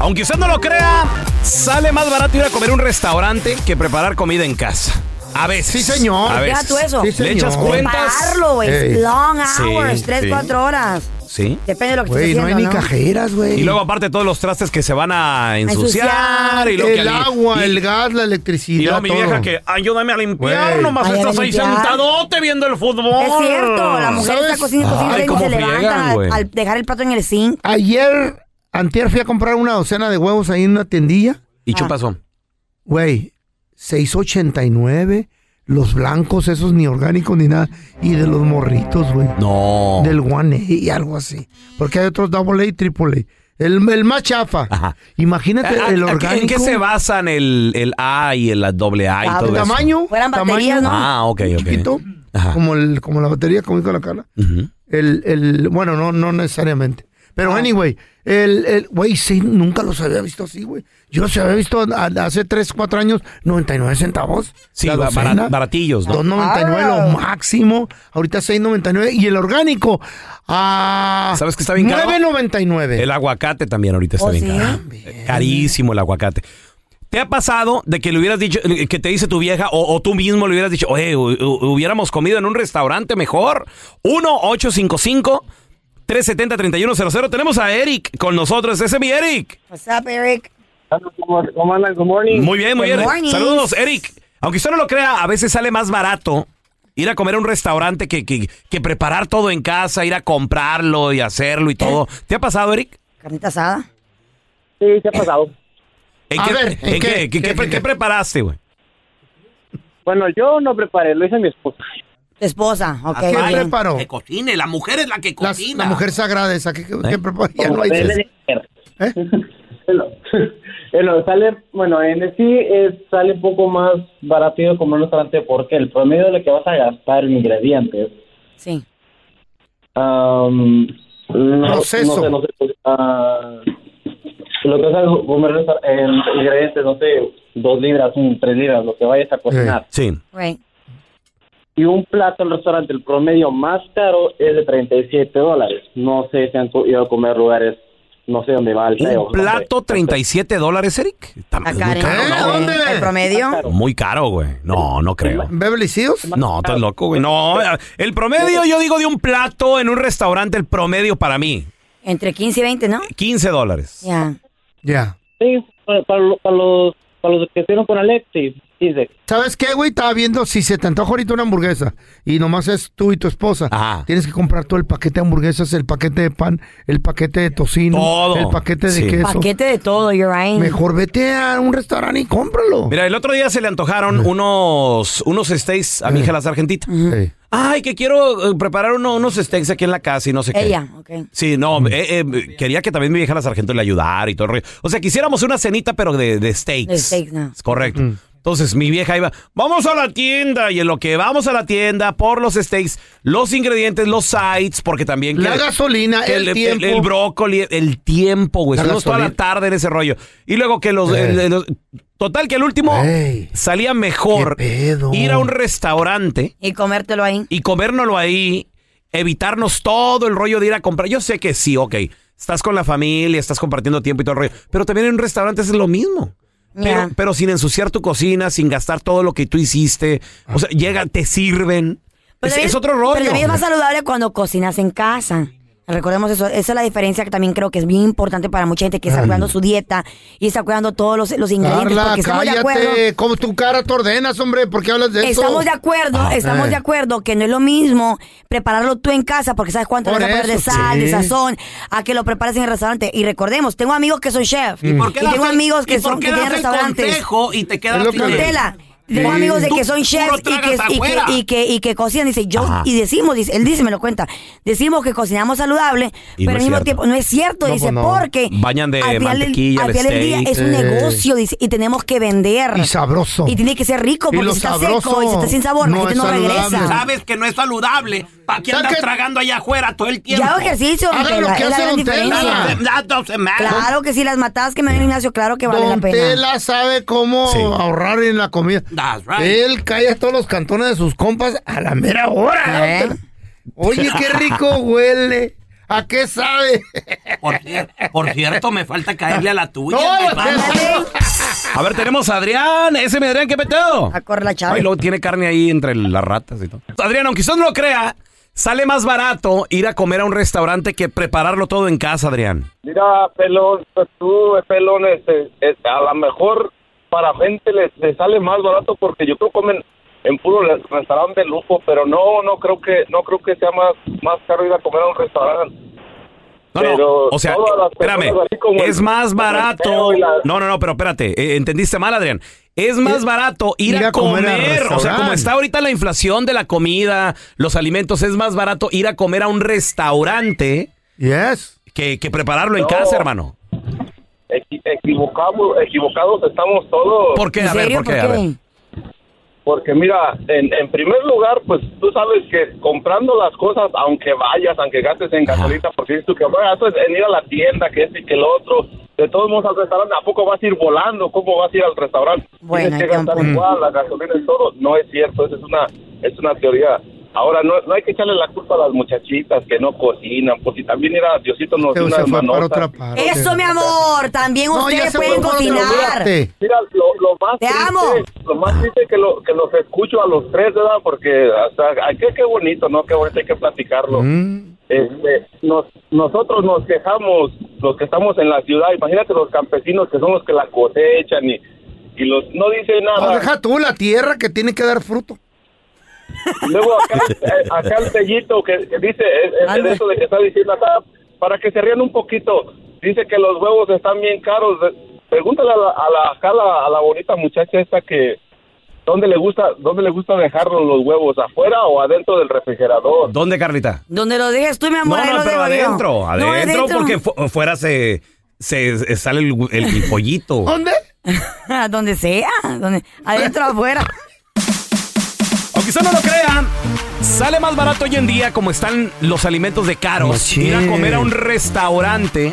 Aunque usted no lo crea, sale más barato ir a comer a un restaurante que preparar comida en casa. A veces. Sí, señor. A Deja veces. tú eso. Sí, Le señor. echas cuentas. Prepararlo, güey. Ey. Long Sí, hours, tres, sí. cuatro horas. Sí. Depende de lo que Güey, estés no hay haciendo, ni cajeras, güey. Y luego aparte todos los trastes que se van a ensuciar. ensuciar. y luego que el al- agua, y- el gas, la Y electricidad. luego mi todo. vieja que ayúdame a limpiar, Güey. nomás Ay, a estás ahí limpiar. sentadote viendo el fútbol. Es cierto, la mujer está ¿Sabes? cocinando, cocinando Ay, y cómo se friegan, levanta al- güey. al dejar el plato en el zinc. Ayer, antier fui a comprar una docena de huevos ahí en una tiendilla. ¿Y Ah. qué pasó? Güey, 6.89. Los blancos, esos ni orgánicos ni nada. Y de los morritos, güey. No. Del One A y algo así. Porque hay otros Double A y Triple A. El, el más chafa. Ajá. Imagínate Ah, el ah, orgánico. ¿En qué se basan el, el A y el la doble A y Ah, todo El eso? tamaño. Fueran tamaño, baterías, ¿no? Ah, ok, ok. Chiquito. Ajá. Como, el, como la batería, como dijo la Carla. Ujú. El, el, bueno, no, no necesariamente. Pero Ah. anyway, el, el, güey, sí, nunca los había visto así, güey. Yo se había visto a- hace 3, 4 años 99 centavos. Sí, la ba- docena. bara- baratillos, ¿no? 2.99 Ah. lo máximo. Ahorita 6.99. Y el orgánico, ah, ¿Sabes qué está bien caro? 9.99. El aguacate también ahorita está Oh, bien ¿sí? caro. Carísimo el aguacate. ¿Te ha pasado de que le hubieras dicho, que te dice tu vieja o, o tú mismo le hubieras dicho, oye, hu- hu- hubiéramos comido en un restaurante mejor? 1-855-370-3100. Tenemos a Eric con nosotros. Ese es mi Eric. What's up, Eric? ¿Cómo, cómo andan? Good morning. Muy bien, muy Good bien. morning. Saludos, Eric. Aunque usted no lo crea, a veces sale más barato ir a comer a un restaurante que, que- que preparar todo en casa, ir a comprarlo y hacerlo y todo. ¿Te ha pasado, Eric? Carnita asada. Sí, ¿qué ha pasado? ¿En A qué, ver, ¿en qué? en qué- qué- ¿Qué- qué- qué- qué preparaste, güey? Bueno, yo no preparé, lo hice mi esposa. Tu esposa, ok. ¿Qué bien. preparó? Que cocine, la mujer es la que Las- la mujer sagrada esa. ¿Qué, qué- ¿Eh? qué preparó? Ya no hay- Debe de ser. ¿Eh? Bueno, bueno, sale, bueno, en sí es- sale un poco más barato como un restaurante porque el promedio de lo que vas a gastar en ingredientes, Sí. am, um, no, Proceso. no sé, no sé, ah, lo que vas a comer en resta- en ingredientes, no sé, dos libras, un, tres libras, lo que vayas a cocinar. Sí. Right. Y un plato en el restaurante, el promedio más caro es de 37 dólares. No sé si han co- ido a comer lugares, no sé dónde va el Un feo, no plato sé. 37 dólares, Eric. Está La es muy Karen, caro, ¿eh? ¿no? ¿no? ¿Dónde? El promedio. Pues Muy caro, güey. No, no creo. ¿Beverly Hills? No, estás loco, güey. No, el promedio, yo digo, de un plato en un restaurante, el promedio para mí, Entre 15 y 20, ¿no? 15 dólares. Ya. Ya. Sí, para, para lo- para los, para los que estuvieron con Alexis. cheesesteak. ¿Sabes qué, güey? Estaba viendo si se te antoja ahorita una hamburguesa y nomás es tú y tu esposa. Ajá. Tienes que comprar todo el paquete de hamburguesas, el paquete de pan, el paquete de tocino, Todo. el paquete de Sí. queso. Paquete de todo, you're right. Mejor vete a un restaurante y cómpralo. Mira, el otro día se le antojaron unos, unos steaks a mi hija la sargentita. Sí. Ay, que quiero eh, preparar uno- unos steaks aquí en la casa y no sé qué. Ella, ok. Sí, no, eh, eh, quería que también mi vieja la sargento le ayudara y todo el rollo. O sea, quisiéramos una cenita, pero de, de steaks. De steaks, no. Es correcto. Entonces mi vieja iba, vamos a la tienda. Y en lo que vamos a la tienda por los steaks, los ingredientes, los sides, porque también. La gasolina, que el tiempo. el brócoli, el tiempo, güey. La Estuvimos toda la gasolina. tarde en ese rollo. Y luego que los. Eh. el- los- total, que el último Ey. salía mejor ¿Qué pedo? ir a un restaurante Y comértelo ahí. y comérnoslo ahí, evitarnos todo el rollo de ir a comprar. Yo sé que sí, ok. Estás con la familia, estás compartiendo tiempo y todo el rollo. Pero también en un restaurante es lo mismo. Pero, Ya. pero sin ensuciar tu cocina, sin gastar todo lo que tú hiciste. O sea, llega, te sirven. Pero Es, también- es otro rollo. Pues Pero también es más saludable cuando cocinas en casa. Recordemos eso, esa es la diferencia que también creo que es bien importante para mucha gente que está cuidando su dieta y está cuidando todos los, los ingredientes. Carla, porque estamos de acuerdo. cállate. Como tu cara te ordenas, hombre. ¿Por qué hablas de eso? Estamos de acuerdo, estamos eh. de acuerdo que no es lo mismo prepararlo tú en casa porque sabes cuánto le Por vas a poner de eso, sal, de sí. sazón, a que lo prepares en el restaurante. Y recordemos, tengo amigos que son chef Mm. y, tengo amigos que son que tienen restaurantes. y te Es lo que- Don Tela, Tengo Sí. amigos de Tú que son chefs puro y que, tragas y, que, afuera. y, que, y que cocinan. Dice, yo, Ajá. y decimos, dice, él dice, me lo cuenta, decimos que cocinamos saludable, Y no pero al es mismo cierto. tiempo no es cierto, No, dice, pues no. porque. Bañan de al final del- mantequilla, Al de final del día steak. es un Eh. negocio, dice, y tenemos que vender. Y sabroso. Y tiene que ser rico, Y porque lo si está sabroso seco y si está sin sabor, no la gente es no saludable. regresa. que no es saludable. ¿Para qué andas tragando allá afuera todo el Ya hago ejercicio, don Haga Tela, lo que es la hace gran don Tela. diferencia. Claro que sí, las matadas que me dan el gimnasio, claro que valen la Don pena. Tela sabe cómo Sí. ahorrar en la comida. That's right. Él calla todos los cantones de sus compas a la mera hora. ¿Eh? don Tela. Oye, qué rico huele. ¿A qué sabe? Por, cierto, me falta caerle a la tuya. Ándale, A ver, tenemos a Adrián. Ese mi Adrián, ¿qué peteo? a correr la chava. Ay, luego tiene carne ahí entre las ratas y todo. Adrián, aunque usted no lo crea, sale más barato ir a comer a un restaurante que prepararlo todo en casa, Adrián. Mira, pelón, pues tú, pelón, este, este, a lo mejor para gente les, les sale más barato porque yo creo que comen en puro le- restaurante de lujo, pero no, no creo que, no creo que sea más, más caro ir a comer a un restaurante. No, no, Pero o sea, todas las espérame, personas así como es el- más como el barato. feo y la- No, no, no, pero espérate, eh, entendiste mal, Adrián. Es más barato ir, a comer, al o sea, como restaurante. está ahorita la inflación de la comida, los alimentos, es más barato ir a comer a un restaurante Yes. que, que prepararlo en No. casa, hermano. Equi- equivocamos, equivocados estamos todos. ¿Por qué? ¿En A ver, serio? ¿por qué? A ver. Porque mira, en, en primer lugar, pues tú sabes que comprando las cosas, aunque vayas, aunque gastes en gasolina, porque dices tú que bueno, eso es en ir a la tienda, que este y que el otro, de todos modos al restaurante, ¿a poco vas a ir volando? ¿Cómo vas a ir al restaurante? Bueno, Tienes que hay gastar tiempo. Mm. igual, la gasolina y todo. No es cierto, esa es una, es una teoría. Ahora, no, no hay que echarle la culpa a las muchachitas que no cocinan, porque también era Diosito nos Teo dio una se fue para manota. otra parte. Eso, mi amor, también No, ya ustedes se pueden fue para otro cocinar. lado. Mira, lo, lo más Te triste, amo. lo más triste es que, lo, que los escucho a los tres, ¿verdad? Porque, o sea, ay, qué, qué bonito, ¿no? Qué bonito hay que platicarlo. Mm. Este, nos, nosotros nos quejamos, los que estamos en la ciudad, imagínate los campesinos que son los que la cosechan y, y los no dicen No, nada. deja tú la tierra que tiene que dar fruto. Luego acá, eh, acá el pellito que, que dice, eh, eh, Ande. eso de que está diciendo acá, para que se rían un poquito, dice que los huevos están bien caros. Eh, Pregúntale a la, a la, acá la- a la bonita muchacha esta que, ¿dónde le gusta dónde le gusta dejarlos los huevos? ¿Afuera o adentro del refrigerador? ¿Dónde, Carlita? Donde lo dejes tú, mi amor, No, ahí no, lo pero dejo yo. adentro, adentro, No, porque fu- fuera se, se- se sale el, el- el pollito. ¿Dónde? Ah, donde sea, donde, adentro afuera. Aunque usted no lo crea, sale más barato hoy en día como están los alimentos de caros. Machín. Ir a comer a un restaurante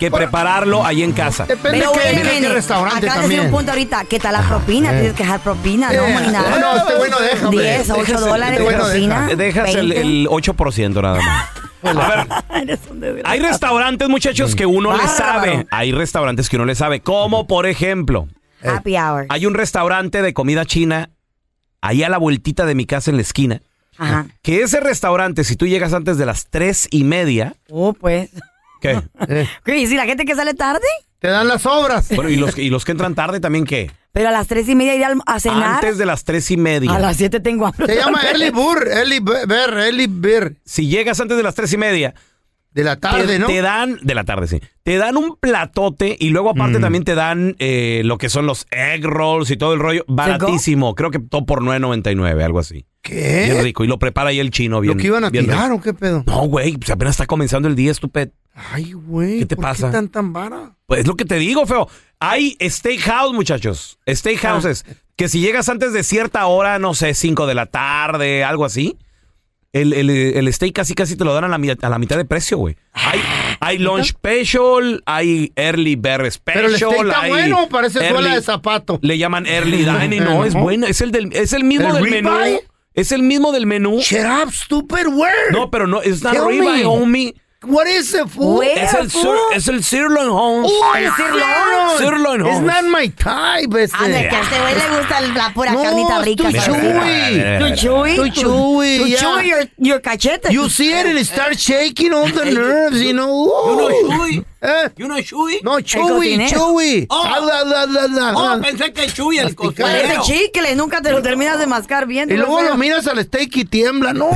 que prepararlo ahí en casa. Depende Pero que bueno, mira, qué nene, restaurante acabas de decir también. un punto ahorita, ¿qué tal la propina? Tienes que dejar propina, no, Eh, ni nada. no, este güey no deja, hombre. 10, 8 Déjese, este dólares de güey no propina. deja. Dejas el, 20. el 8% nada más. A ver, Eres un desgraciado. hay restaurantes, muchachos, que uno le Bárbaro. sabe. Hay restaurantes que uno le sabe. Como, por ejemplo, Happy hour. hay un restaurante de comida china ahí a la vueltita de mi casa en la esquina. Ah. Ajá. Que ese restaurante, si tú llegas antes de las tres y media, Oh, pues. ¿qué? Eh, ¿Qué, ¿Y si la gente que sale tarde? te dan las obras. Bueno, ¿y los, y los que entran tarde también qué? Pero a las tres y media iré al- a cenar. Antes de las tres y media. A las siete tengo hambre. Se otra llama vez. Early Burr, Early Bear, Early Bear. Si llegas antes de las tres y media, De la tarde, te, ¿no? te dan, de la tarde, sí. Te dan un platote y luego Mm. aparte también te dan eh, lo que son los egg rolls y todo el rollo. Baratísimo. Creo que todo por 9.99, algo así. Bien ¿Qué? rico. Y lo prepara ahí el chino bien. ¿Lo que iban a bien tirar rico. o qué pedo? No, güey, pues apenas está comenzando el día, estúpido. Ay, güey. ¿Qué te ¿por pasa? ¿Qué tan tan vara? Pues es lo que te digo, feo. Hay steakhouse, muchachos. Ah. Steakhouses. Que si llegas antes de cierta hora, no sé, 5 de la tarde, algo así, el, el, el steak casi casi te lo dan a la, mi- a la mitad de precio, güey. Hay, hay lunch special, hay early bear special. Pero el steak está hay bueno, parece suela early- de zapato. Le llaman early dining, no, es No. bueno. Es el, del, es el mismo ¿El del menú. ribeye? Es el mismo del menú. Shut up, stupid, where? No, pero no, es not Tell me. ribeye, homie. What is the food? Güey. Es el, sir- fool. es el sirloin, homie. Oh, El sirloin. sirloin. It's Sirloin. not my type, este. Ándale, que a este güey le gusta la pura No, carnita es rica. tu ¿sabes? chewy. Tu chewy. Tu chewy, Tu yeah. chewy, your, your cachete. You see it and it starts shaking all the nerves, you know. Oh. Chuy. Eh, ¿Y uno Chuy? No, chewy, cocinero. chewy. Oh. Ah, la, la, la, la. pensé que Chuy el Masticado. Parece Pero- chicle, nunca te lo terminas de mascar bien. Y tú luego ves. lo miras al steak y tiembla. No.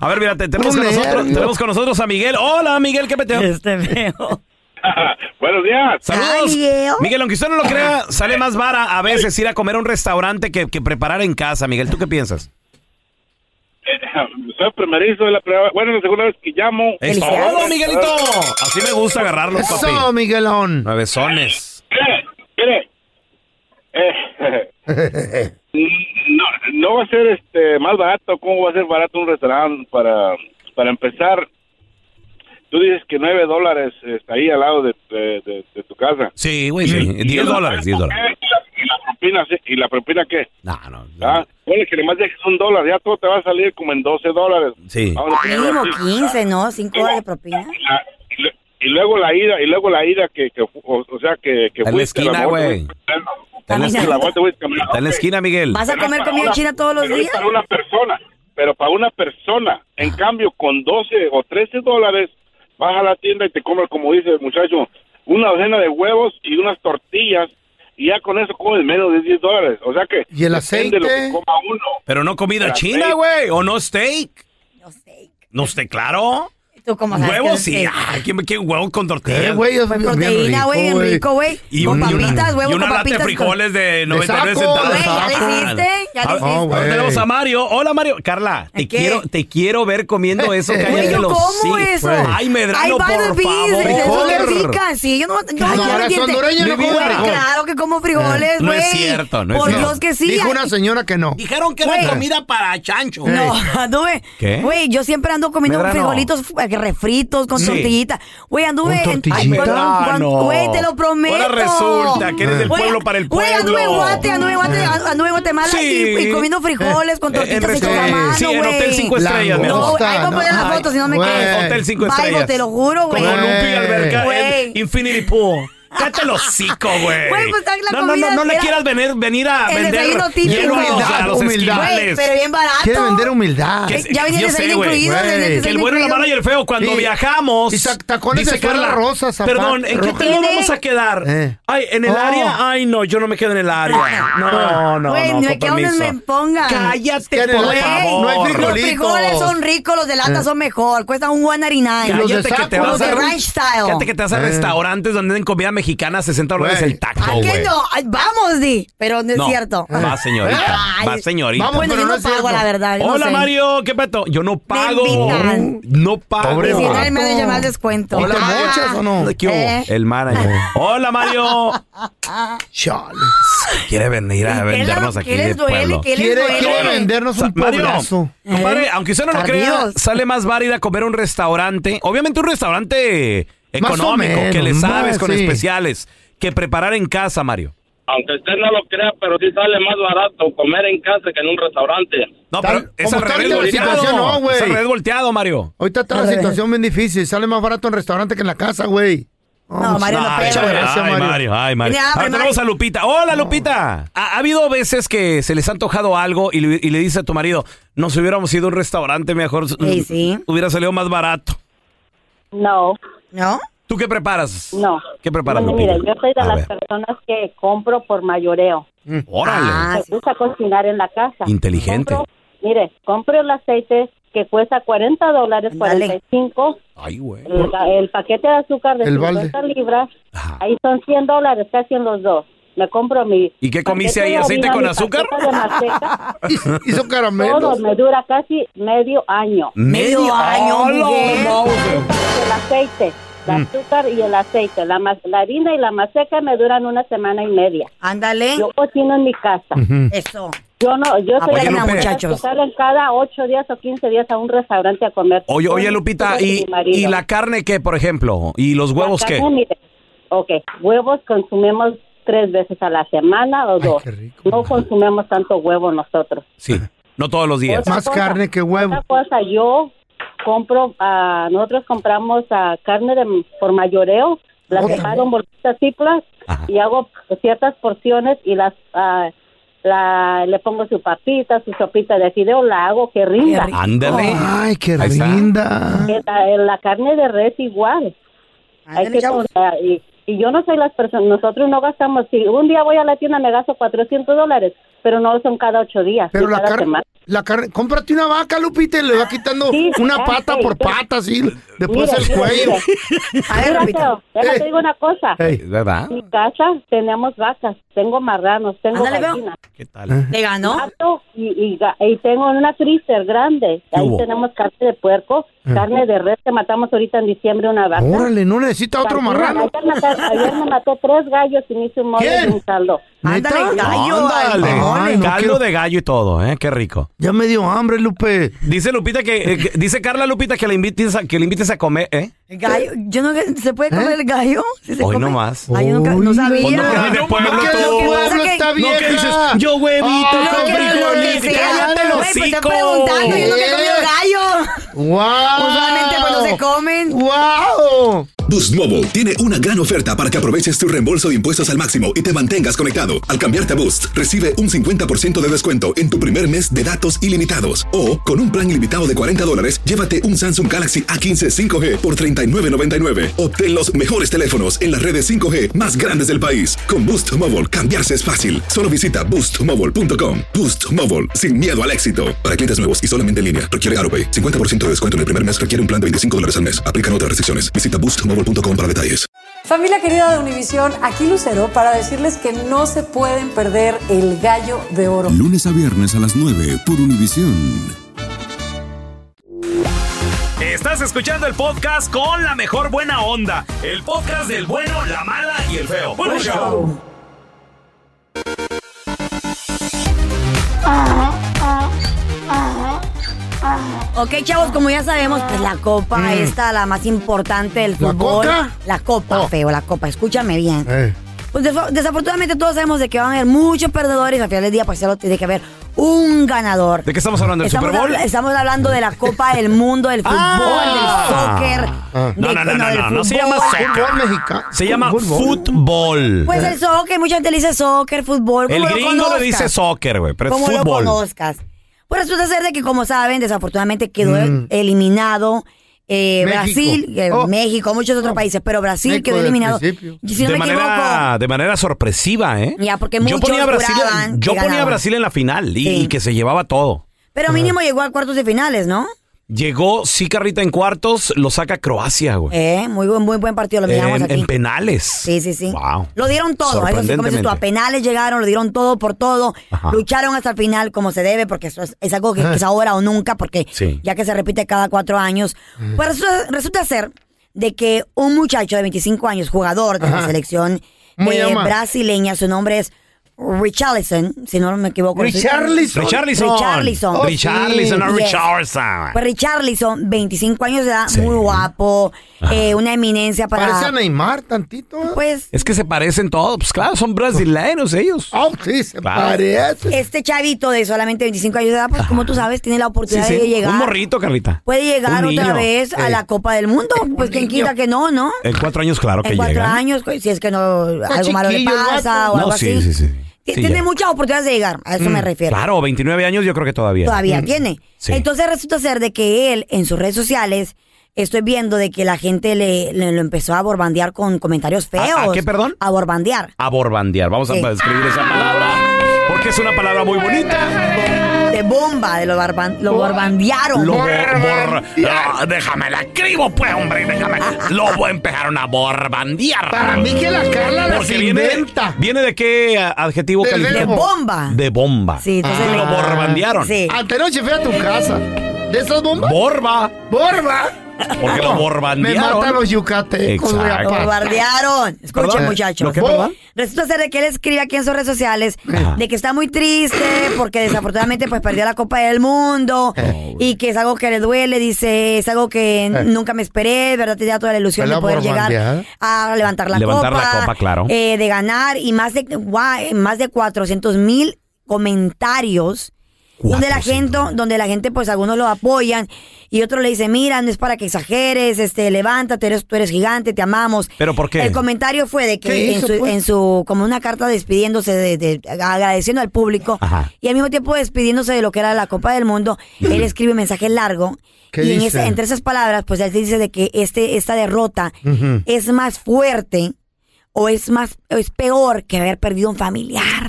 A ver, mira, te- tenemos con, Puro nosotros, nervio. tenemos con nosotros a Miguel. Hola, Miguel, ¿qué peteo? Este veo. Buenos días. Saludos. Ay, Miguel. Miguel, aunque usted no lo crea, sale más vara a veces ir a comer a un restaurante que, que preparar en casa. Miguel, ¿tú qué piensas? Eh, Soy primerizo, es la primera, bueno, la segunda vez que llamo. ¡Es Felicidades. todo, Miguelito! Así me gusta agarrarlos, Eso, papi. Miguelón. Nueve sones. Mire, mire. Eh, no, no va a ser este más barato. ¿Cómo va a ser barato un restaurante para, para empezar? Tú dices que nueve dólares está ahí al lado de, de- de- de tu casa. Sí, güey, sí. Diez dólares, diez dólares. ¿Y la propina, sí? ¿Y la propina qué? No, no. Ah, Bueno, que además dejes un dólar, ya todo te va a salir como en 12 dólares. Sí. Ahora, Mínimo 15, ¿no? 5 horas de propina. la- Ah, y lu- y luego la ida, y luego la ida que, que fu- o, o sea, que, Está que en la fuiste, esquina, vuelta güey. fuiste Está en la caminando. esquina. La vuelta fuiste caminando. Está en la Ok. esquina, Miguel. ¿Vas a Pero comer para comida una- china todos los pero es días? Para una persona, pero para una persona. Ah. En cambio, con 12 o 13 dólares, vas a la tienda y te comes, como dice el muchacho, una docena de huevos y unas tortillas, y ya con eso comes menos de 10 dólares. O sea que. ¿Y el depende aceite? lo que coma uno. Pero no comida Para china, steak. güey. O no steak. No sé. No steak, claro. ¿Tú cómo sabes? que Huevos, es sí. steak? Ay, ¿qué, qué huevo con Eh, tortillas? güey, es bien Proteína, güey, bien rico, güey. Y Con un- y una- papitas, huevos Y una con lata de papitas. frijoles de 99 saco, centavos. Güey, ya le Saco. hiciste, ya le Ah, hiciste. no, güey. Ahora tenemos a Mario. Hola, Mario. Carla, te ¿Qué? quiero, te quiero ver comiendo eso. Güey, cállate yo los como sí. eso. Ay, medrano, Ay, por butter beans, favor. eso es Frijoles. rica, sí. Yo no, yo no, No, yo ahora diente- son hondureños, no Mi comen vida. frijoles. Claro que como frijoles, güey. No es cierto, no es Por cierto. Dios que sí. Dijo una señora que no. Dijeron que era Güey. comida para chancho. No, anduve. ¿Qué? Güey, yo siempre ando comiendo Medrano. frijolitos eh, refritos con Sí. tortillita. Güey, anduve. ¿Con en- tortillita? Ah, Ay, cuando- cuando- Güey, te lo prometo. Ahora resulta que eres del Güey, pueblo para el Güey, pueblo. anduve en Guate, anduve en Eh. Guate, anduve en Guatemala Sí. y, y comiendo frijoles con Eh, en tortitas hechas restaurante. a mano, Sí, en güey. Hotel Cinco Estrellas, mi No, amor. güey, ahí voy a poner la Ay, foto si no me Ah, güey. caes. Hotel 5 Bible, estrellas. te lo juro, güey. Como Lupi y Alberca Güey. en Infinity Pool. Cállate el hocico, güey. Güey, pues, la no, no, no, comida no le era- quieras venir, venir a El vender desayuno típico. hielo a los, a Humildad, los humildad. esquimales. Güey, pero bien barato. Quiere vender humildad. ¿Qué Ya venía Yo el desayuno sé, güey, incluido. venía el güey. Que el desayuno bueno, la mala y incluido. el feo, cuando Sí. viajamos. Y sac- tacones dice de suela Carla, rosa, zapato Perdón, ¿en qué rojo. hotel nos Tiene- vamos a quedar? Eh. Ay, ¿en el Oh. área? Ay, no, yo no me quedo en el área. No, no, no. Güey, no, ni con me quedo donde permiso. me pongan. Cállate, Es que en el por área favor. no hay Los frijolitos. frijoles son ricos, los de Eh. lata son mejor. Cuesta un 1.99. Los de Cállate que te saco, vas los a de ranch style. Cállate que te vas a Eh. restaurantes donde den comida mexicana a 60 dólares Güey. el taco, ¿A qué güey. no? Ay, Vamos, Di. Pero no es cierto. Va, señorita. Ay. Va, señorita. Vamos, Bueno, pero yo no no es pago, cierto. la verdad. yo no Hola, sé. Mario. ¿Qué peto? Yo no pago. invitan. No pago. Pobre Y si no, vato. el manager me llama al descuento. ¿Y te Ah, mochas o no? ¿Qué hubo? Eh. El manager. Hola, Mario. Chale. Quiere venir a ¿Qué les- vendernos aquí ¿Qué de les duele? pueblo. ¿Qué les Quiere- duele? quiere vendernos Sa- un poblazo. compadre, Eh. aunque usted no lo crea, Cardios. sale más bar ir a comer a un restaurante. Obviamente un restaurante Más o económico, que le menos, sabes más, con sí. especiales, que preparar en casa, Mario. Aunque usted no lo crea, pero sí sale más barato comer en casa que en un restaurante. No, Tal- pero es como al Pues está ahorita revés la volteado. situación, no, güey. es al revés volteado, Mario. Ahorita está la situación bien difícil. Sale más barato en restaurante que en la casa, güey. No, Mario no Ay, pega. chaval. Ay, Gracias, Mario. Mario. ay, Mario. Tiene hambre, Ahora tenemos a Mario. Lupita. Hola, Lupita. Ha, ha habido veces que se les ha antojado algo y le, y le dice a tu marido, nos hubiéramos ido a un restaurante mejor, Sí, sí. hubiera salido más barato. No, ¿No? ¿Tú qué preparas? No. ¿Qué preparas, Bueno, Lupita? mira, yo soy de A las ver. personas que compro por mayoreo. Mm, Órale. Ah, Me gusta cocinar en la casa. Inteligente. Compro- mire, compro el aceite que cuesta 40 dólares, Ándale. 45. Ay, güey. El, el paquete de azúcar de El 50 libras. Ajá. Ahí son 100 dólares, casi en los dos. Me compro mi... ¿Y qué comiste paquete ahí, de aceite harina, con mi azúcar? paquete de manteca. Hizo- Hizo Todo caramelos. me dura casi medio año. Medio año, ¡Hola, Miguel! Mauser! El aceite, el Mm. azúcar y el aceite. La, ma- la harina y la maseca me duran una semana y media. ándale. Yo cocino en mi casa. Eso. Yo no, yo soy Apoyen la a mujer muchachos. que salen cada ocho días o 15 días a un restaurante a comer. Oye, oye, Con Lupita, mis hijos ¿y, mi marido. ¿y la carne qué, por ejemplo? ¿Y los Ah, La huevos qué? carne, mire, ok, huevos consumimos tres veces a la semana o Ay, dos. qué rico. No consumimos tanto huevo nosotros. Sí, no todos los días. Otra Más carne que huevo. Otra cosa, yo compro, ah, nosotros compramos ah, carne de, por mayoreo, la Otra. separo en bolitas ciplas Ajá. y hago ciertas porciones y las ah, la, le pongo su papita, su sopita de fideo, la hago que rinda. rico. Ándale. Ay, qué Ahí está. Ah. rinda. Eh, La, eh, la carne de res igual. Hay Ándale, que chavos. comprar, y, y yo no soy las personas, nosotros no gastamos, si un día voy a la tienda me gasto 400 dólares, pero no son cada ocho días, Pero sí, la cada carne, semana. la carne, cómprate una vaca, Lupita, y le va quitando Sí, una ya pata sé, por yo- pata, así, después Mira, el mira, cuello. mira. A ver, Eh. Mira, Lupita. Teo, déjate Ey. digo una cosa. Ey, Es ¿Verdad? En mi casa tenemos vacas, tengo marranos, tengo Ándale, veo. gallinas, ¿Qué Ah. tal? ¿Le ganó? pato y, y ga- y tengo una freezer grande. ¿Qué Ahí hubo? tenemos carne de puerco, carne de res que matamos ahorita en diciembre una vaca. Ah. Órale, no necesita otro Gallinas, marrano. Ayer, maté- ayer me mató tres gallos y me hice un mole ¿Quién? y un caldo. ¿Neta? Ándale, gallo. Ándale. ay, mole. Ay, no Caldo quiero- de gallo y todo, ¿eh? Qué rico. Ya me dio hambre, Lupe. Dice Lupita que, eh, que- dice Carla Lupita que le invites a, que le invites a comer, ¿eh? Gallo, yo no, ¿se puede comer ¿Eh? el gallo? ¿Sí se Hoy come? nomás. Ay, yo nunca, Oiga. no sabía. Pues no quedas de pueblo, no quedas de tú. pueblo, Lo que- está lo que vieja. dices, yo huevito Ah, No, con que qué lo frijoles, que sea, cállate el Güey, pues estoy hocico. preguntando, yo nunca he ¿Qué? comido gallo. ¡Wow! Usualmente, pues, no se comen. ¡Wow! Boost Mobile tiene una gran oferta para que aproveches tu reembolso de impuestos al máximo y te mantengas conectado. Al cambiarte a Boost, recibe un 50% de descuento en tu primer mes de datos ilimitados. O, con un plan ilimitado de 40 dólares, llévate un Samsung Galaxy A15 5G por $39.99. Obtén los mejores teléfonos en las redes 5G más grandes del país. Con Boost Mobile, cambiarse es fácil. Solo visita boostmobile.com. Boost Mobile, sin miedo al éxito. Para clientes nuevos y solamente en línea, requiere AroPay. 50% de descuento en el primer mes requiere un plan de 25 dólares al mes. Aplican otras restricciones. Visita boostmobile.com para detalles. Familia querida de Univisión, aquí Lucero para decirles que no se pueden perder el gallo de oro. Lunes a viernes a las 9 por Univisión. Estás escuchando el podcast con la mejor buena onda. El podcast del bueno, la mala y el feo. Pues Buen show. Ok, chavos, como ya sabemos, pues la copa Mm. esta, la más importante del ¿La fútbol. coca? La copa, feo, la copa. Escúchame bien. Eh, Pues desaf- desafortunadamente todos sabemos de que van a haber muchos perdedores. Al final del día, pues solo tiene que haber un ganador. ¿De qué estamos hablando? ¿El Estamos, Super Bowl? habla- estamos hablando de la Copa del Mundo, del fútbol, Ah. del soccer. Ah. de- No, no, no, no, del no, no se fútbol. llama soccer. fútbol mexicano. Se llama Fútbol. fútbol. Pues el soccer, mucha gente le dice soccer, fútbol. El como lo gringo le conozcas. dice soccer, güey, pero es como fútbol. lo conozcas. Pues resulta ser de que, como saben, desafortunadamente quedó Mm. eliminado eh, México. Brasil, eh, Oh. México, muchos otros países, pero Brasil México quedó desde el eliminado. principio. Y Si no de, me manera, de manera sorpresiva, ¿eh? Ya, porque yo muchos ponía a Brasil, juraban yo que ponía a ganaba. Brasil en la final y, Sí. y que se llevaba todo. equivoco, pero mínimo llegó a cuartos de finales, ¿no? Llegó, sí, Carrita en cuartos, lo saca Croacia, güey. Eh, muy, buen, muy buen partido, lo miramos en, aquí. en penales. Sí, sí, sí. Wow. Lo dieron todo. Eso sí, como dices tú, a Sorprendentemente. penales llegaron, lo dieron todo por todo. Ajá. Ah. Lucharon hasta el final como se debe, porque eso es, es algo que es ahora o nunca, porque Sí. ya que se repite cada cuatro años. Pues resulta, resulta ser de que un muchacho de 25 años, jugador de la selección Muy eh, ama. brasileña, su nombre es Richarlison, si no me equivoco. Richarlison. Richarlison. Richarlison. Oh, sí. Richarlison, no Yes. Richardson. Pues Richarlison, 25 años de edad, Sí. muy guapo, eh, una eminencia para... Parece a Neymar tantito. ¿eh? Pues Es que se parecen todos. Pues claro, son brasileños ellos. Oh, sí, se Claro. parece. este chavito de solamente 25 años de edad, pues como tú sabes, tiene la Sí, oportunidad sí. de llegar. Un morrito, Carlita. Puede llegar Un otra niño. vez a Eh, la Copa del Mundo. Pues quien quita que no, ¿no? En cuatro años, claro que en cuatro llega. años, pues, si es que no algo malo le chiquillo el pasa vato. o algo No, sí, así. sí, sí. Ti- Sí, tiene ya. muchas oportunidades de llegar, a eso me refiero. Claro, 29 años yo creo que todavía. Todavía tiene. Sí. Entonces resulta ser de que él en sus redes sociales estoy viendo de que la gente le, le- lo empezó a borbandear con comentarios feos. a qué, perdón? A borbandear. Aborbandear. Vamos Sí. a escribir esa palabra porque es una palabra muy bonita. De bomba, de lo, barban- lo borbandearon. Lo bor- bor- ah, déjame la escribo, pues, hombre, déjame. Lo empezaron a borbandear. Para mí que la Carla las Porque viene de, inventa. viene de qué a- adjetivo Del calificativo? verbo. De bomba. De bomba. Sí, entonces Ah, le- lo borbandearon. Sí. Antenoche fui a tu casa. ¿De esas bombas? Borba. ¡Borba! Porque lo Me borbandearon. matan los yucatecos, güey, Exacto. aparte. Bombardearon. Escuchen, Perdón. muchachos. ¿Lo qué, perdón? Resulta ser de que él escribe aquí en sus redes sociales Ah. de que está muy triste porque desafortunadamente pues perdió la Copa del Oh, Mundo y que es algo que le duele, dice, es algo que Eh. n- nunca me esperé, ¿verdad? Tenía toda la ilusión Fue de la poder llegar borbandeada. a levantar la Levantar copa. la copa, claro. eh, de ganar y más de, guau, más de 400 mil comentarios donde la 400. gente donde la gente pues algunos lo apoyan y otros le dicen mira no es para que exageres este levántate eres tú eres gigante te amamos ¿Pero por qué? el comentario fue de que ¿Qué en hizo, su, pues? en su como una carta despidiéndose de, de- agradeciendo al público Ajá. y al mismo tiempo despidiéndose de lo que era la Copa del Mundo él escribe un mensaje largo ¿Qué y en dice? esa- entre esas palabras pues él dice de que este esta derrota es más fuerte o es más o es peor que haber perdido un familiar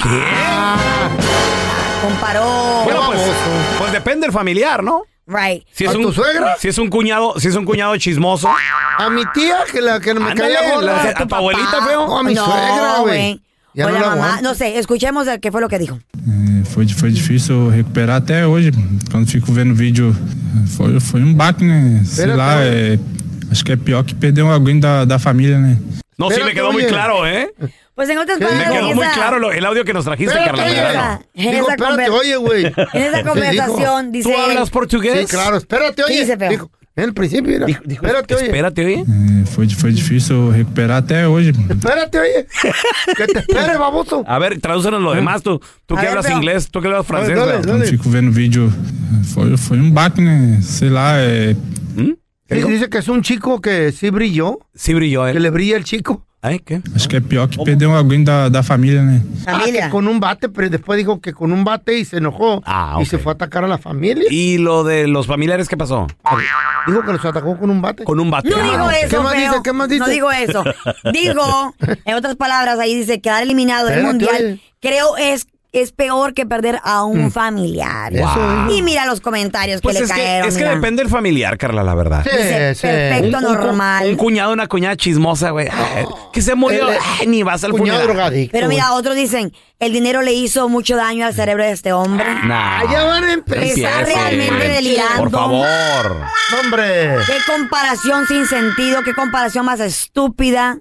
comparó Bueno, Qué pues, baboso. pues depende del familiar, ¿no? right Si ¿A tu suegra? Si es un cuñado, si es un cuñado chismoso. A mi tía, que la que me Ándale, caía gorda. la- a tu, abuelita, feo. No, a mi suegra, güey. Ya O no la la mamá, aguanto. no sé, escuchemos el- qué fue lo que dijo. É, Foi, di- foi difícil recuperar até hoje. Quando fico vendo vídeo, foi, foi um baque, né? Sei Pera, lá, tá. é, acho que é pior que perder alguém da, da família, né? No, sí Espérate, me quedó muy oye. claro, ¿eh? Pues en otras Me Me palabras, quedó en muy esa- claro lo- el audio que nos trajiste, Espérate, Carla oye. Medrano. En Digo, esa espérate, conver- oye, güey. en esa Sí, conversación, dice ¿Tú hablas él, dijo. portugués? Sí, claro, espérate, ¿Qué oye. dice, feo? Dijo, en el principio, mira. espérate, oye. Espérate, oye. É, foi, di- foi difícil recuperar até hoje. Espérate, oye. que te esperes, baboso. A ver, tradúcenos lo demás. Tú, tú A que ver, hablas feo. inglés, tú que hablas francés. dale, feo. dale. Quando fico vendo vídeo, é, foi, foi um baque, né? Sei lá, é, Sí, dice que es un chico que sí brilló, Sí brilló que él. le brilla el chico. Ay, ¿qué? acho que é pior que perder alguém da, da família, né? Ah, familia. que con un bate, pero después dijo que con un bate y se enojó. Ah, Y se ok. fue a atacar a la familia. ¿Y lo de los familiares qué pasó? Dijo que los atacó con un bate. Con un bate. No digo eso, Ah, ¿Qué más feo. dice? ¿Qué más dice? No digo eso. Digo, en otras palabras, ahí dice quedar eliminado del Espérate, mundial, oye. Mm. creo es es peor que perder a un familiar. Eso Y mira los comentarios Pues que es le que, cayeron. es que mira. depende del familiar, Carla, la verdad. Sí, Dice, sí. perfecto, Un- un- normal. Un cuñado, una cuñada chismosa, güey. Ay, Que se murió. Ah. El- eh, Ay, ni vas al Cuñado funeral. drogadicto. Pero güey. mira, otros dicen, el dinero le hizo mucho daño al cerebro de este hombre. Nah. Ah, ya van a No empezar. Está empieces. realmente delirando. Por favor. Hombre. Qué comparación sin sentido, qué comparación más estúpida,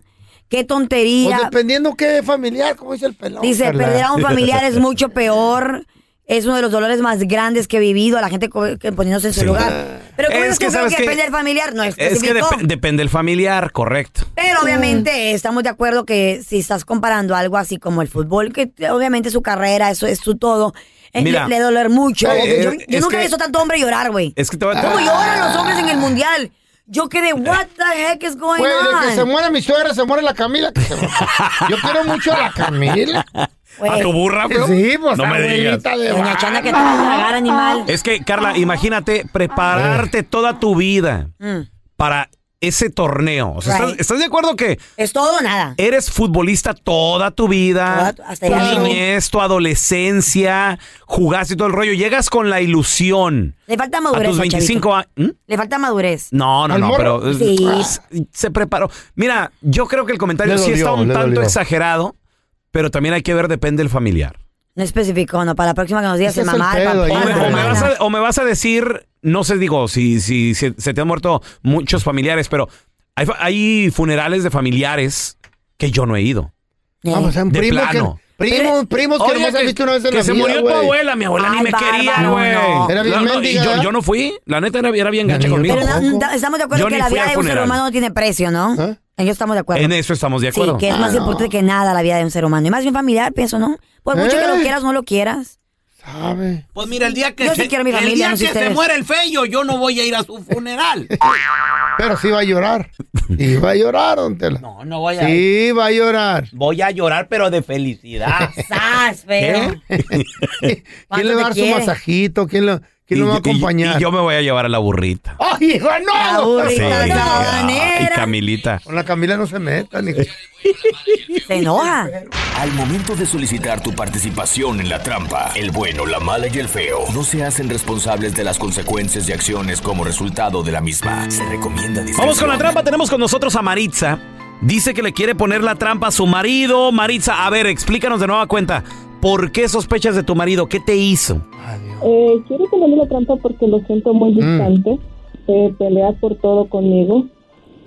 qué Pues tontería. dependiendo qué familiar, como dice el pelón. Dice, Carla. perder a un familiar es mucho peor. Es uno de los dolores más grandes que he vivido, la gente co- que poniéndose en su Sí. lugar. Pero ¿cómo Es es que que, creo ¿sabes que qué? perder familiar no es Es que dep- depende del familiar, correcto. Pero Mm. obviamente estamos de acuerdo que si estás comparando algo así como el fútbol, que obviamente su carrera, eso es su todo, eh, Mira. le, le doler mucho. Eh, yo eh, yo es nunca he que- visto tanto hombre llorar, güey. Es que te va a... ¿Cómo lloran los hombres en el mundial? Yo quedé, what the heck is going Güey, de que se on? muera mi suegra, se muere la Camila. que se muera. Yo quiero mucho a la Camila. ¿A Güey, tu burra, feo? Sí, pues No me digas. abuelita de Ah. Doña barrio. Chana que te va a tragar, animal. Es que, Carla, imagínate prepararte toda tu vida Mm. para ese torneo. O sea, ¿estás- Right. ¿Estás de acuerdo que Es todo o nada. Eres futbolista toda tu vida, Toda tu- hasta tu llegar. niñez, tu adolescencia, jugaste y todo el rollo. Llegas con la ilusión. Le falta A madurez. tus al 25 chavito. años. ¿Mm? Le falta madurez. No, no, ¿Al no, morro? pero eh, Sí. s- se preparó. Mira, yo creo que el comentario Le sí está dolió, un le tanto dolió. exagerado, pero también hay que ver, depende del familiar. No especificó, no. Para la próxima que nos digas Ese el es el mamá, el pedo ahí, papá, O me, la Claro, o me hermana. vas a, o me vas a decir, no sé, digo, si, si, si se te han muerto muchos familiares, pero hay, fa- hay funerales de familiares que yo no he ido. Eh. Vamos, son De primos plano. que, primos, primos que Oye, nomás has visto una vez en que la se vida, murió güey. tu abuela, mi abuela Ay, ni me quería, bárbaro, güey. no. Era bien No, no, y mendiga, yo, ¿verdad? yo no fui, la neta era, era bien gancha Ni yo conmigo. Pero no- Tampoco. no- estamos de acuerdo Yo que ni la fui vida al de un ser funeral. humano no tiene precio, ¿no? ¿Eh? Ah, En eso estamos de acuerdo. En eso estamos de Sí, acuerdo. que es más importante que nada la vida de un ser humano. Y más bien familiar, pienso, ¿no? Por mucho que lo ¿Eh? quieras o no lo quieras. Sabe. Pues mira, el día que Yo sí se- quiero a mi el familia, día no sé que se ustedes. muera el feo, yo no voy a ir a su funeral. Pero sí va a llorar. Sí va a llorar, don Tela. No, no voy Sí va a llorar. Voy a llorar, pero de felicidad. ¡Sas, feo! ¿Eh? ¿Quién le va a dar te su quiere? masajito? ¿Quién, lo- ¿Quién Y nos va a yo- y- acompañar? Y, yo me voy a llevar a la burrita. ¡Ay, hijo, no! Sí, ay, Camilita. Con la Camila no se metan, hijo. Se enoja. Al momento de solicitar tu participación en la trampa, el bueno, la mala y el feo no se hacen responsables de las consecuencias y acciones como resultado de la misma. Se recomienda discreción. Vamos con la trampa. Tenemos con nosotros a Maritza. Dice que le quiere poner la trampa a su marido. Maritza, a ver, explícanos de nueva cuenta. ¿Por qué sospechas de tu marido? ¿Qué te hizo? Eh, quiero ponerle la trampa porque lo siento Mm. muy distante. Eh, pelea por todo conmigo.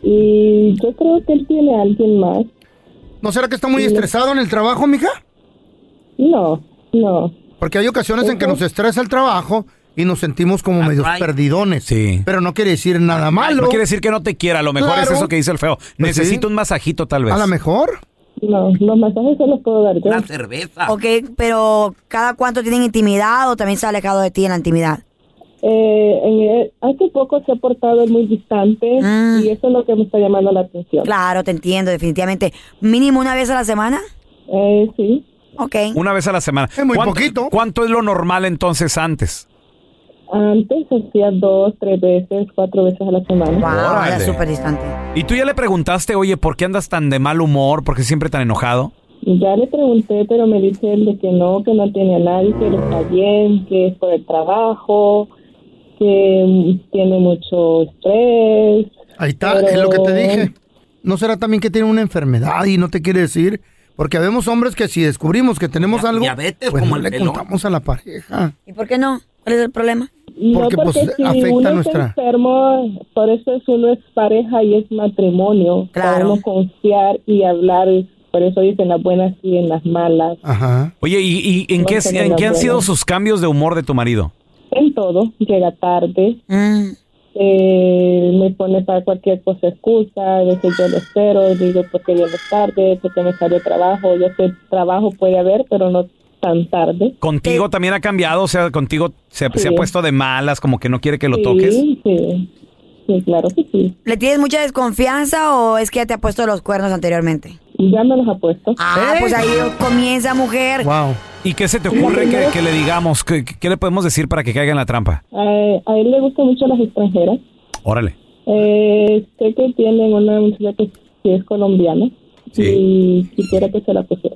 Y yo creo que él tiene a alguien más. ¿No será que está muy Sí. estresado en el trabajo, mija? No, no. Porque hay ocasiones en que nos estresa el trabajo y nos sentimos como medios perdidones. Sí. Pero no quiere decir nada malo. No quiere decir que no te quiera. A lo mejor Claro. es eso que dice el feo. Pues sí. Necesito un masajito, tal vez. A lo mejor. No, los masajes se los puedo dar yo. Ok, pero ¿cada cuánto tienen intimidad o también se ha alejado de ti en la intimidad? Eh, en el- hace poco se ha portado muy distante y eso es lo que me está llamando la atención. Mm. Claro, te entiendo, definitivamente. ¿Mínimo una vez a la semana? Eh, sí. Ok. Una vez a la semana. Es muy poquito. ¿Cuánto es lo normal entonces antes? Antes hacía dos, tres veces, cuatro veces a la semana. Órale. era súper distante. ¿Y tú ya le preguntaste, oye, por qué andas tan de mal humor? ¿Por qué siempre tan enojado? Ya le pregunté, pero me dice él de que no, que no tiene a nadie, que él está bien, que es por el trabajo, que mm, tiene mucho estrés. Ahí está, pero- es lo que te dije. ¿No será también que tiene una enfermedad y no te quiere decir? Porque habemos hombres que si descubrimos que tenemos algo, diabetes, pues como no el le pelón. contamos a la pareja. ¿Y por qué no? ¿Cuál es el problema? No, Porque, porque, pues, si afecta uno nuestra- está enfermo, por eso es uno es pareja y es matrimonio. Claro. Podemos confiar y hablar, por eso dicen las buenas y en las malas. Ajá. Oye, ¿y, y en, No qué, tengo en qué han ninguna. sido sus cambios de humor de tu marido? En todo, llega tarde. Eh, me pone para cualquier cosa excusa, a veces yo lo espero, digo porque llego tarde, porque me salió trabajo, yo sé trabajo puede haber, pero no tan tarde. ¿Contigo también ha cambiado? O sea, ¿contigo se, se ha Sí. puesto de malas, como que no quiere que lo Sí, toques? sí, sí, claro que sí. ¿Le tienes mucha desconfianza o es que ya te ha puesto los cuernos anteriormente? Ya me los ha puesto. Ah, pues ahí comienza, mujer. ¿Y qué se te ocurre que, que le digamos? ¿Qué, qué le podemos decir para que caiga en la trampa? Eh, a él le gustan mucho las extranjeras. Órale. Eh, sé que tienen una muchacha que, que es colombiana y quisiera que se la pusiera.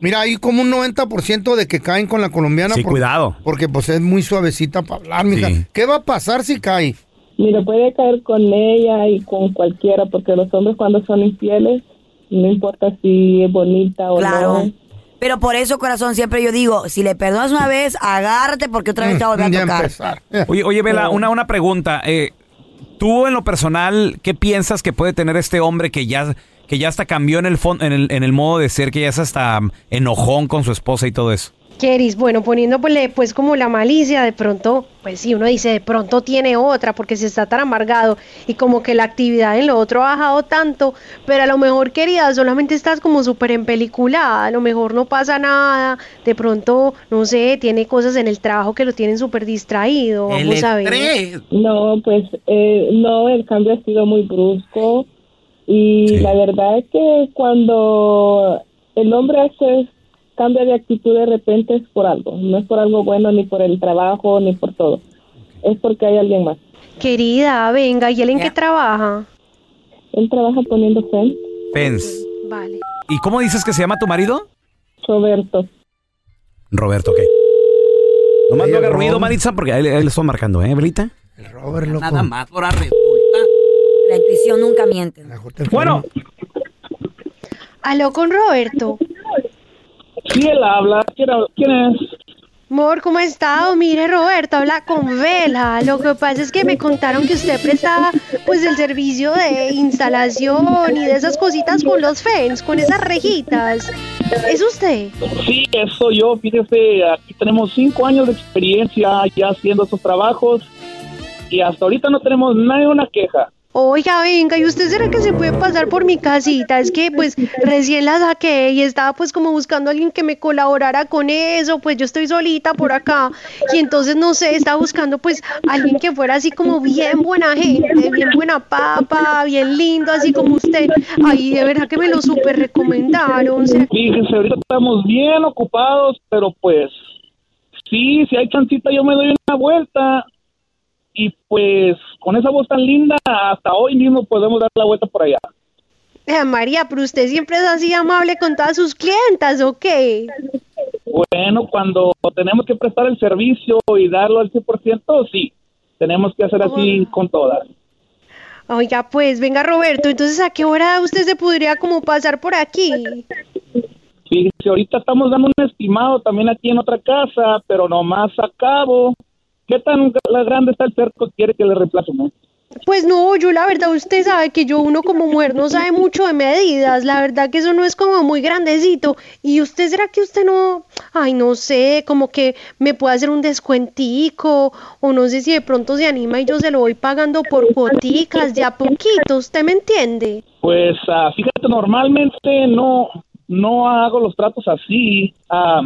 Mira, hay como un 90% de que caen con la colombiana. Sí, cuidado. Porque pues es muy suavecita para hablar, mija. Sí. ¿Qué va a pasar si cae? Mira, puede caer con ella y con cualquiera, porque los hombres cuando son infieles, no importa si es bonita o Claro. no. Pero por eso, corazón, siempre yo digo, si le perdonas una vez, agárrate porque otra vez te va a Mm, volver a tocar. Oye, oye, Vela, una, una pregunta. Eh, Tú, en lo personal, ¿qué piensas que puede tener este hombre que ya, que ya hasta cambió en el, fon- en, el, en el modo de ser, que ya es hasta mm, enojón con su esposa y todo eso? Keris, bueno, poniéndole pues como la malicia, de pronto, pues si uno dice, de pronto tiene otra, porque si está tan amargado y como que la actividad en lo otro ha bajado tanto, pero a lo mejor, querida, solamente estás como súper en película, a lo mejor no pasa nada, de pronto, no sé, tiene cosas en el trabajo que lo tienen súper distraído, El vamos a ver. No, pues eh, no, el cambio ha sido muy brusco y la verdad es que cuando el hombre hace cambia de actitud de repente es por algo, no es por algo bueno ni por el trabajo ni por todo, es porque hay alguien más. Querida, venga, ¿y él en qué trabaja? Él trabaja poniendo fe, Pens. Vale. ¿Y cómo dices que se llama tu marido? Roberto. Roberto, ok. Nomás no haga ruido, Maritza, porque ahí, le- ahí le estoy marcando, ¿eh, Belita? Robert, loco. Nada más, ahora resulta. La intuición nunca miente. Bueno. Aló con Roberto. Sí, él habla. ¿Quién, habla? ¿Quién es? Amor, ¿cómo ha estado? Mire, Roberto, habla con Vela. Lo que pasa es que me contaron que usted prestaba pues el servicio de instalación y de esas cositas con los fans, con esas rejitas. ¿Es usted? Sí, eso yo. Fíjese, aquí tenemos cinco años de experiencia ya haciendo esos trabajos y hasta ahorita no tenemos nadie una queja. Oiga, venga, ¿y usted será que se puede pasar por mi casita? Es que pues recién la saqué y estaba pues como buscando a alguien que me colaborara con eso, pues yo estoy solita por acá y entonces no sé, estaba buscando pues alguien que fuera así como bien buena gente, bien buena papa, bien lindo, así como usted. Ay, de verdad que me lo súper recomendaron. Fíjese, ahorita estamos bien ocupados, pero pues sí, si hay chancita yo me doy una vuelta. Y pues con esa voz tan linda, hasta hoy mismo podemos dar la vuelta por allá. Eh, María, pero usted siempre es así amable con todas sus clientas, ¿ok? Bueno, cuando tenemos que prestar el servicio y darlo al 100%, sí, tenemos que hacer así con todas. Oiga, pues venga Roberto, entonces ¿a qué hora usted se podría como pasar por aquí? Fíjese, ahorita estamos dando un estimado también aquí en otra casa, pero nomás acabo. ¿Qué tan gra- grande está el cerco? ¿Quiere que le reemplacemos? Pues no, yo la verdad, usted sabe que yo uno como mujer no sabe mucho de medidas, la verdad que eso no es como muy grandecito. ¿Y usted será que usted no, ay no sé, como que me puede hacer un descuentico o no sé si de pronto se anima y yo se lo voy pagando por cuoticas de a poquito, ¿usted me entiende? Pues ah, fíjate, normalmente no, no hago los tratos así. Ah,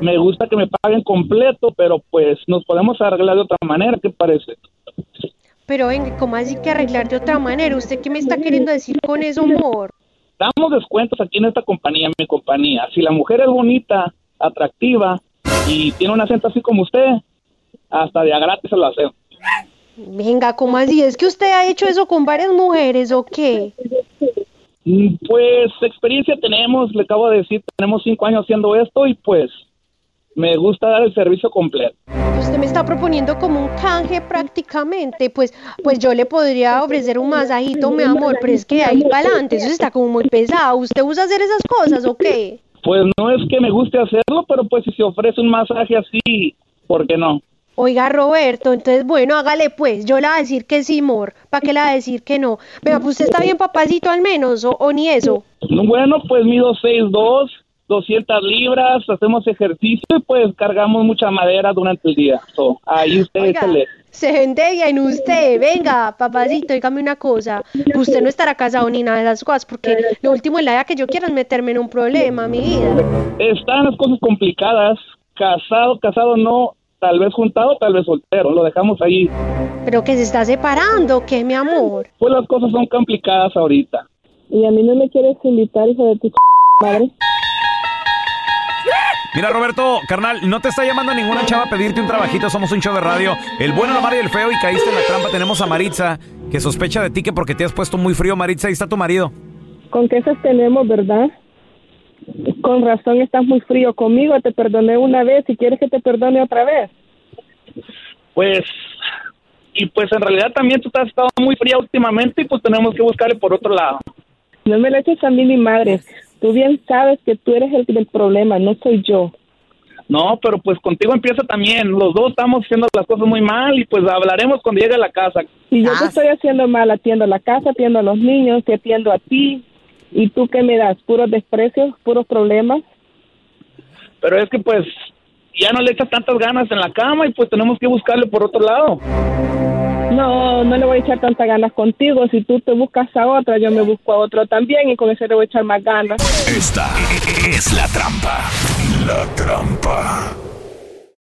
me gusta que me paguen completo, pero pues nos podemos arreglar de otra manera, ¿qué parece? Pero venga, ¿cómo así que arreglar de otra manera? ¿Usted qué me está queriendo decir con eso, amor? Damos descuentos aquí en esta compañía, en mi compañía. Si la mujer es bonita, atractiva y tiene un acento así como usted, hasta de a gratis se lo hacemos. Venga, ¿cómo así? ¿Es que usted ha hecho eso con varias mujeres o qué? Mm, Pues experiencia tenemos, le acabo de decir, tenemos cinco años haciendo esto y pues me gusta dar el servicio completo. Pues Usted me está proponiendo como un canje prácticamente, pues, pues yo le podría ofrecer un masajito, mi amor, pero es que de ahí para adelante, eso está como muy pesado. ¿Usted usa hacer esas cosas o qué? Pues no es que me guste hacerlo, pero pues si se ofrece un masaje así, ¿por qué no? Oiga, Roberto, entonces, bueno, hágale pues, yo le voy a decir que sí, amor, ¿para qué le voy a decir que no? Venga, pues usted está bien papacito al menos, o, o ni eso. No, Bueno, pues mido 6'2", 200 libras, hacemos ejercicio y pues cargamos mucha madera durante el día. So, ahí usted Oiga, se le... se vende bien usted, venga, papacito, dígame una cosa, usted no estará casado ni nada de las cosas, porque lo último en la vida que yo quiero es meterme en un problema, mi vida. Están las cosas complicadas, casado, casado no, tal vez juntado, tal vez soltero, lo dejamos ahí. Pero que se está separando, ¿qué, mi amor? Pues las cosas son complicadas ahorita. Y a mí no me quieres invitar, hijo de tu ch- madre. Mira, Roberto, carnal, no te está llamando ninguna chava a pedirte un trabajito. Somos un show de radio. El bueno, la mala y el feo. Y caíste en la trampa. Tenemos a Maritza, que sospecha de ti que porque te has puesto muy frío, Maritza. Ahí está tu marido. Con que esas tenemos, ¿verdad? Con razón estás muy frío conmigo, te perdoné una vez y quieres que te perdone otra vez. Pues, y pues en realidad también tú has estado muy fría últimamente y pues tenemos que buscarle por otro lado. No me lo eches a mí, mi madre. Tú bien sabes que tú eres el del problema, no soy yo. No, pero pues contigo empieza también. Los dos estamos haciendo las cosas muy mal y pues hablaremos cuando llegue a la casa. Si yo te estoy haciendo mal, atiendo la casa, atiendo a los niños, te atiendo a ti. ¿Y tú qué me das? ¿Puros desprecios? ¿Puros problemas? Pero es que pues ya no le echas tantas ganas en la cama y pues tenemos que buscarle por otro lado. No, no le voy a echar tantas ganas contigo. Si tú te buscas a otra, yo me busco a otro también y con eso le voy a echar más ganas. Esta es la trampa. La trampa.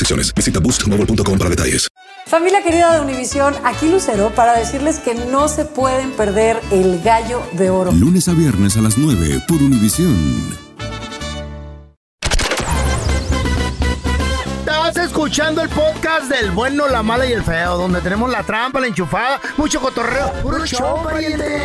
restricciones. Visita boostmobile.com para detalles. Familia querida de Univisión, aquí Lucero para decirles que no se pueden perder el gallo de oro. Lunes a viernes a las 9 por Univisión. Estás escuchando el podcast del bueno, la mala y el feo, donde tenemos la trampa, la enchufada, mucho cotorreo. ¡Puro show, pariente!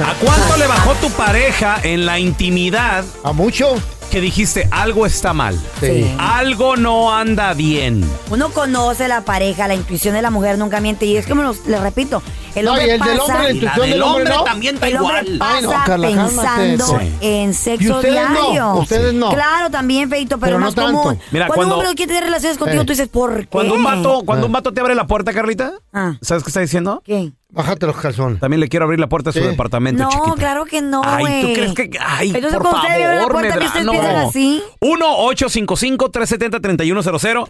¿A cuánto le bajó tu pareja en la intimidad? A mucho. Que dijiste algo está mal. Sí. Algo no anda bien. Uno conoce la pareja, la intuición de la mujer nunca miente. Y es que, bueno, les repito, el No, hombre y el del pasa... hombre, la intuición Y la del del hombre hombre no. también está El hombre igual. pasa Ay, no, Carla, cálmate. pensando Sí. en Y sexo ustedes no, diario. ustedes no. Claro, también, Feito, pero, Pero no más tanto. común. Mira, cuando, cuando- un hombre quiere tener relaciones contigo, Eh. tú dices, ¿por qué? Ah. Cuando un Eh. vato, cuando un vato te abre la puerta, Carlita, ¿sabes qué está diciendo? ¿Qué? Bájate los calzones. También le quiero abrir la puerta a su departamento, No, chiquita. claro que no, Ay, güey. ¿tú crees que- Ay, Entonces, por cuando ustedes abren la favor, puerta, ¿qué ustedes Medrano. piensan así? 1-855-370-3100.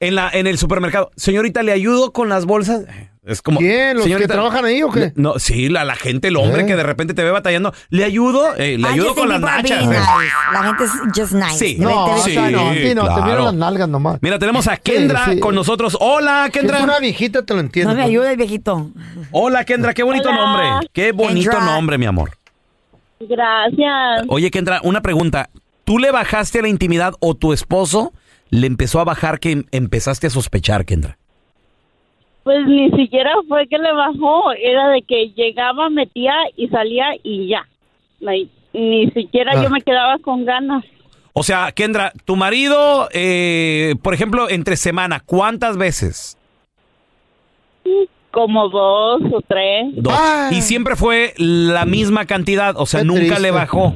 En, la, en el supermercado. Señorita, ¿le ayudo con las bolsas? Es como. ¿Quién? ¿Los señorita, que trabajan ahí o qué? ¿Eh? No, sí, la, la gente, el hombre que de repente te ve batallando. ¿Le ayudo? Eh, ¿Le Ah, ayudo just con las think people nachas? ¿eh? are being nice. La gente es just nice. Sí. Te ven- te ven- Sí, no, a ti no, te claro. vieron las nalgas nomás. Mira, tenemos a Kendra Sí, sí. con nosotros. Hola, Kendra. Es una viejita, te lo entiendo. No me ayuda el viejito. Hola, Kendra, qué bonito Hola. nombre. Qué bonito Kendra. nombre, mi amor. Gracias. Oye, Kendra, una pregunta. ¿Tú le bajaste a la intimidad o tu esposo le empezó a bajar que em- empezaste a sospechar, Kendra? Pues ni siquiera fue que le bajó, era de que llegaba, metía y salía y ya. No hay- Ni siquiera Ah. yo me quedaba con ganas. O sea, Kendra, tu marido, eh, por ejemplo, entre semana, ¿cuántas veces? Como dos o tres. Dos. Y siempre fue la misma cantidad, o sea, nunca triste. le bajó.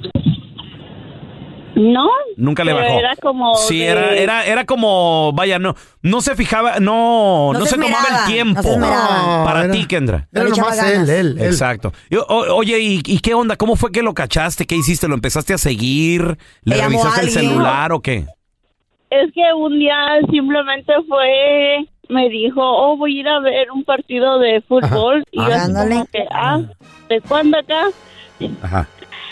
No. Nunca le pero bajó. Era como. Sí, de- era, era, era como, vaya, no, no se fijaba, no, no, No se, se tomaba esmeraba, el tiempo no se esmeraba. para Era- ti, Kendra. era No le nomás echaba él, ganas. él, él. Exacto. Y, o- oye, ¿y, y qué onda? ¿Cómo fue que lo cachaste? ¿Qué hiciste? ¿Lo empezaste a seguir? ¿Le ¿Te llamó revisaste el alguien? celular o qué? Es que un día simplemente fue. Me dijo, oh, voy a ir a ver un partido de fútbol. Y yo, así como que, ah, ¿de cuándo acá? Ajá.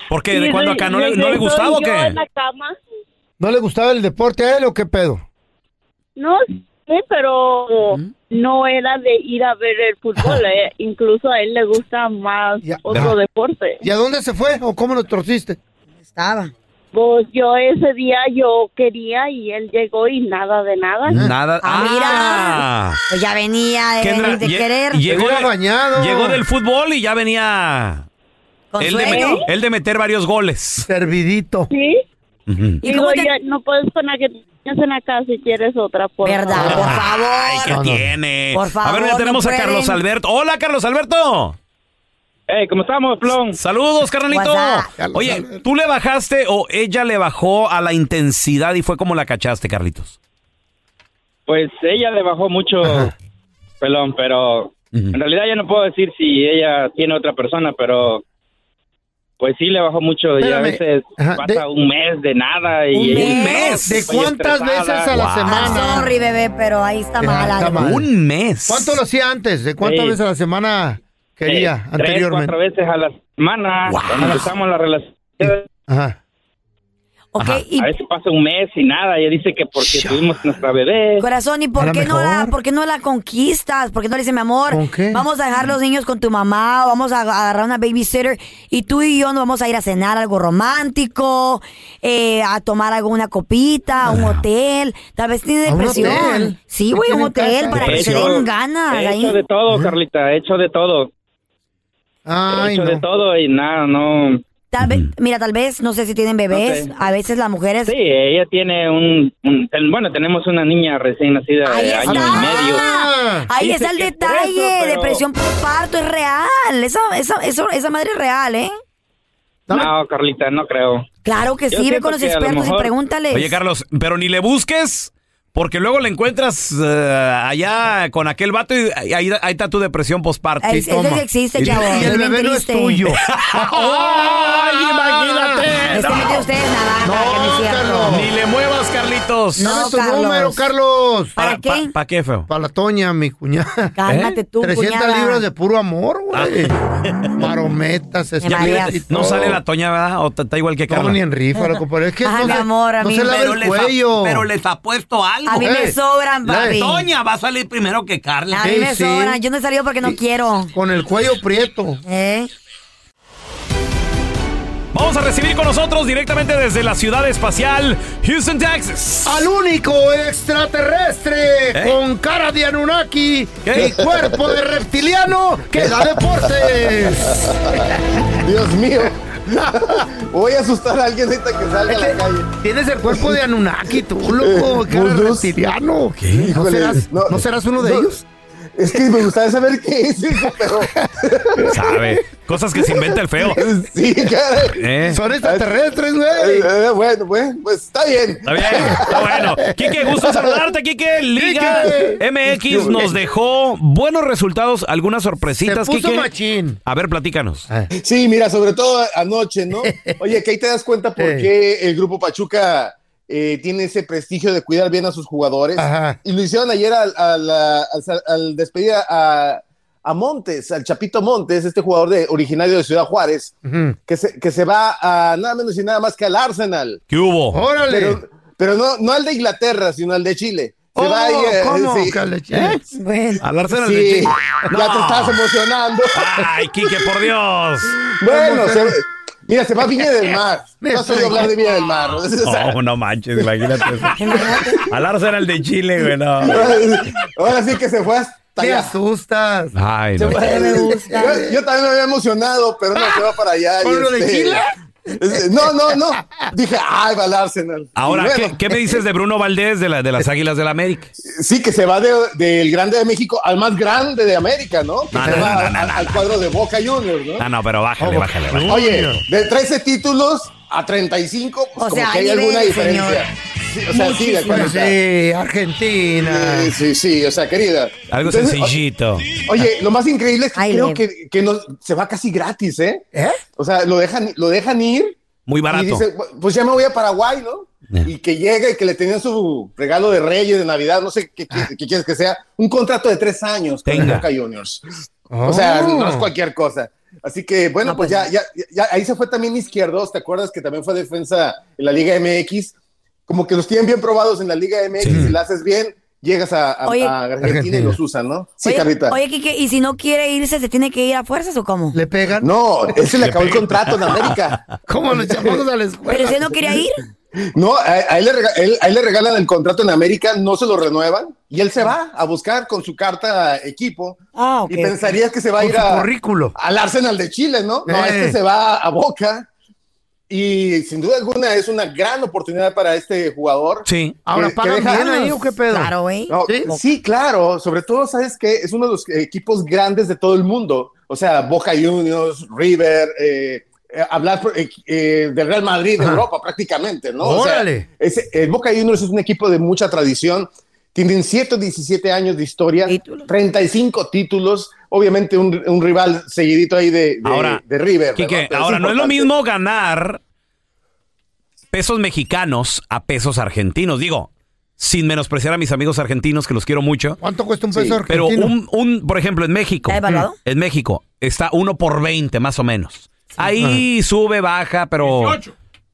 ¿Por qué? Y ¿De cuándo re- acá? ¿No le, regresó no le gustaba o yo qué? en la cama. ¿No le gustaba el deporte a él o qué pedo? No sé, pero no era de ir a ver el fútbol. eh. Incluso a él le gusta más otro deporte. ¿Y a dónde se fue o cómo lo torciste? Estaba. Pues yo ese día yo quería y él llegó y nada de nada. Nada. Ah, Pues ya venía de, Kendra, venir de lle- querer. Llegó, de- llegó del fútbol y ya venía. Con El de, sueño. met- el de meter varios goles. Servidito. Sí. Ujú. Digo, ya no puedes con la que tienes en la casa si quieres otra. Por ¿Verdad? Por Ah. favor. Ay, ¿qué tiene? Por a ver, favor, ya tenemos no a Carlos pueden. Alberto. Hola, Carlos Alberto. ¿Cómo estamos, Plon? Saludos, carnalito. What's up? Carlos Oye, ¿tú le bajaste o ella le bajó a la intensidad y fue como la cachaste, Carlitos? Pues ella le bajó mucho pelón, pero en realidad ya no puedo decir si ella tiene otra persona, pero pues sí le bajó mucho y a Espérame. veces Ajá, pasa de- un mes de nada y ¿Un ella- mes? No, ¿De estoy cuántas estresada. veces a la Wow. semana? Sorry, bebé, pero ahí está mal. algo. Un mes. ¿Cuánto lo hacía antes? ¿De cuántas Sí. veces a la semana quería Eh, anteriormente? Tres, cuatro veces a la semana cuando empezamos la relación. Ajá. Ajá. A veces pasa un mes y nada. Ella dice que porque tuvimos nuestra bebé. Corazón, ¿y por Era qué, no la, mejor. por qué no la conquistas? ¿Por qué no le dices, mi amor, ¿Con qué? vamos a dejar los niños con tu mamá o vamos a agarrar una babysitter y tú y yo nos vamos a ir a cenar algo romántico, eh, a tomar alguna copita, a un hotel? Tal vez tiene ¿A un depresión. hotel? Sí, ¿No güey, un tienen hotel casa? para que se Depresión. den ganas. He ahí. hecho de todo, Carlita. He hecho de todo. Ay, he hecho no. de todo y nada, no. Tal vez, Mm. mira, tal vez, no sé si tienen bebés, No sé. a veces las mujeres... Sí, Eh, ella tiene un, un- ten- bueno, tenemos una niña recién nacida de año y medio. Ah, Ahí Dice está el que por detalle, eso, pero- depresión postparto es real, esa, esa, eso- esa madre es real, ¿eh? No, Carlita, no creo. Claro que Yo sí, ve siento con los que a lo expertos y mejor- pregúntales. Oye, Carlos, pero ni le busques porque luego le encuentras eh, allá con aquel vato y ahí, ahí está tu depresión postparto. Ay, eso sí existe, Y- chavo. y es el bien bebé no es triste. tuyo. ¡Ay, imagínate! Es que metió ustedes navaja, que no es cierto. Ni le muevas, Carlitos. No, Dame tu Carlos. número, Carlos. ¿Para ¿Para- qué? ¿Para qué, feo? Para la Toña, mi cuñada. Cálmate tú, 300 cuñada. libras de puro amor, güey. Ah. Marometas, Ya, estrellas y no todo. sale la Toña, ¿verdad? O t- está igual que No, Carlos. ni en rifa, loco, pero es que Ay, no mi se- amor, a no mí- se lava pero el les ha- cuello. pero les apuesto algo. A mí me sobran, la papi. Toña va a salir primero que Carla. A mí me sobran, yo no ¿eh? he salido porque no quiero. Con el cuello prieto. ¿Eh? Vamos a recibir con nosotros directamente desde la ciudad espacial Houston, Texas. Al único extraterrestre ¿Eh? con cara de Anunnaki y cuerpo de reptiliano que da deportes. Dios mío. Voy a asustar a alguien ahorita que salga a la calle. Este, Tienes el cuerpo de Anunnaki, tú, loco. ¿Qué eres reptiliano? ¿No, Híjole, serás, no, no serás uno de no. ellos? Es que me gustaría saber qué es, hijo, pero. Sabe. Cosas que se inventa el feo. Sí, caray. ¿Eh? Son extraterrestres, güey. bueno, bueno, pues está bien. Está bien, está bueno. Quique, gusto saludarte, Quique. Liga MX nos dejó buenos resultados, algunas sorpresitas, Se puso Quique. machín. A ver, platícanos. Sí, mira, sobre todo anoche, ¿no? Oye, que ahí te das cuenta por Eh. Ey. qué el grupo Pachuca eh, tiene ese prestigio de cuidar bien a sus jugadores. Ajá. Y lo hicieron ayer al, al, ah, al sa- al despedir a, a Montes, al Chapito Montes, este jugador de, originario de Ciudad Juárez, que se, que se va a nada menos y nada más que al Arsenal. ¿Qué hubo? ¡Órale! Pero, pero no, no al de Inglaterra, sino al de Chile. Se Oh, va ahí, eh, ¿cómo sí. que al de Chile? ¿Eh? Al Arsenal Sí, de Chile. Ya te No. estás emocionando. Ay, Quique, por Dios. Bueno, se- mira, se va a Viña del Mar. No se dio hablar de Viña del Mar. O sea, No, no manches, imagínate eso. Al Arsenal de Chile, güey, no. Ahora sí que se fue hasta Oh. Te allá. asustas. Ay, Se no. fue- yo, yo también me había emocionado, pero no, se va para allá. y ¿Por lo de este- Chile? este, No, no, no. Dije, ay, va al Arsenal. Ahora, Y bueno, ¿qué, qué me dices de Bruno Valdés de, la, de las Águilas del América? Sí, que se va de- del grande de México al más grande de América, ¿no? Que No, se no, va no, al- al cuadro de Boca Juniors, ¿no? No, Ah, no, pero bájale, bájale, bájale. Oye, Oh, de 13 títulos a 35, pues O como sea, que hay nivel, alguna diferencia. señor. Sí, o sea, sí, de acuerdo. Muchísimo. Sí, Argentina. Sí, sí, sí, o sea, querida. Algo Entonces, eh, sencillito. o- Oye, lo más increíble es que Ay, creo Leo. que, que nos- se va casi gratis, ¿eh? O sea, lo dejan, lo dejan ir. Muy barato. Eh. Y dice, pues ya me voy a Paraguay, ¿no? Y que llega y que le tenían su regalo de Reyes, de Navidad, no sé qué, qué- qué quieres que sea, un contrato de tres años con el Ah. Tenga. Boca Juniors. Oh. O Ah. sea, no es cualquier cosa. Así que, bueno, pues, ya, ya, ya- ahí se fue también Izquierdos, ¿te acuerdas que también fue defensa en la Liga MX? Como que los tienen bien probados en la Liga MX, si la haces bien, llegas a, a- Oye. a Argentina, y los usan, ¿no? Sí, oye, Carlita. oye, Quique, ¿y si no quiere irse, se tiene que ir a fuerzas o cómo? ¿Le pegan? No, ese le acabó el contrato en América. ¿Cómo los llamamos a la escuela? ¿Pero si él no quería ir? No, a, a él le rega- él- a él le regalan el contrato en América, no se lo renuevan y él se va a buscar con su carta equipo. Ah, Y pensarías que se va a Con ir su a, currículo. al Arsenal de Chile, ¿no? No, Eh. este se va a Boca y sin duda alguna es una gran oportunidad para este jugador. Sí. Ahora, que ¿pagan deja- bien ahí o qué pedo? Claro, güey. No, ¿Sí? ¿Sí? claro. Sobre todo, ¿sabes que Es uno de los equipos grandes de todo el mundo. O sea, Boca Juniors, River, eh, eh, hablar por- eh, eh, del Real Madrid de Ajá. Europa prácticamente, ¿no? O sea, Órale. ese- el Boca Juniors es un equipo de mucha tradición. Tienen 117 años de historia, 35 títulos. Obviamente, un, un rival seguidito ahí de, de- Ahora, de River. Quique, ¿verdad? Pero ahora no es lo importante. mismo ganar pesos mexicanos a pesos argentinos. Digo, sin menospreciar a mis amigos argentinos, que los quiero mucho. ¿Cuánto cuesta un peso Pero argentino? un, un, por ejemplo, en México. ¿Está evaluado? En México está uno por 20 más o menos. Ahí sube, baja, pero...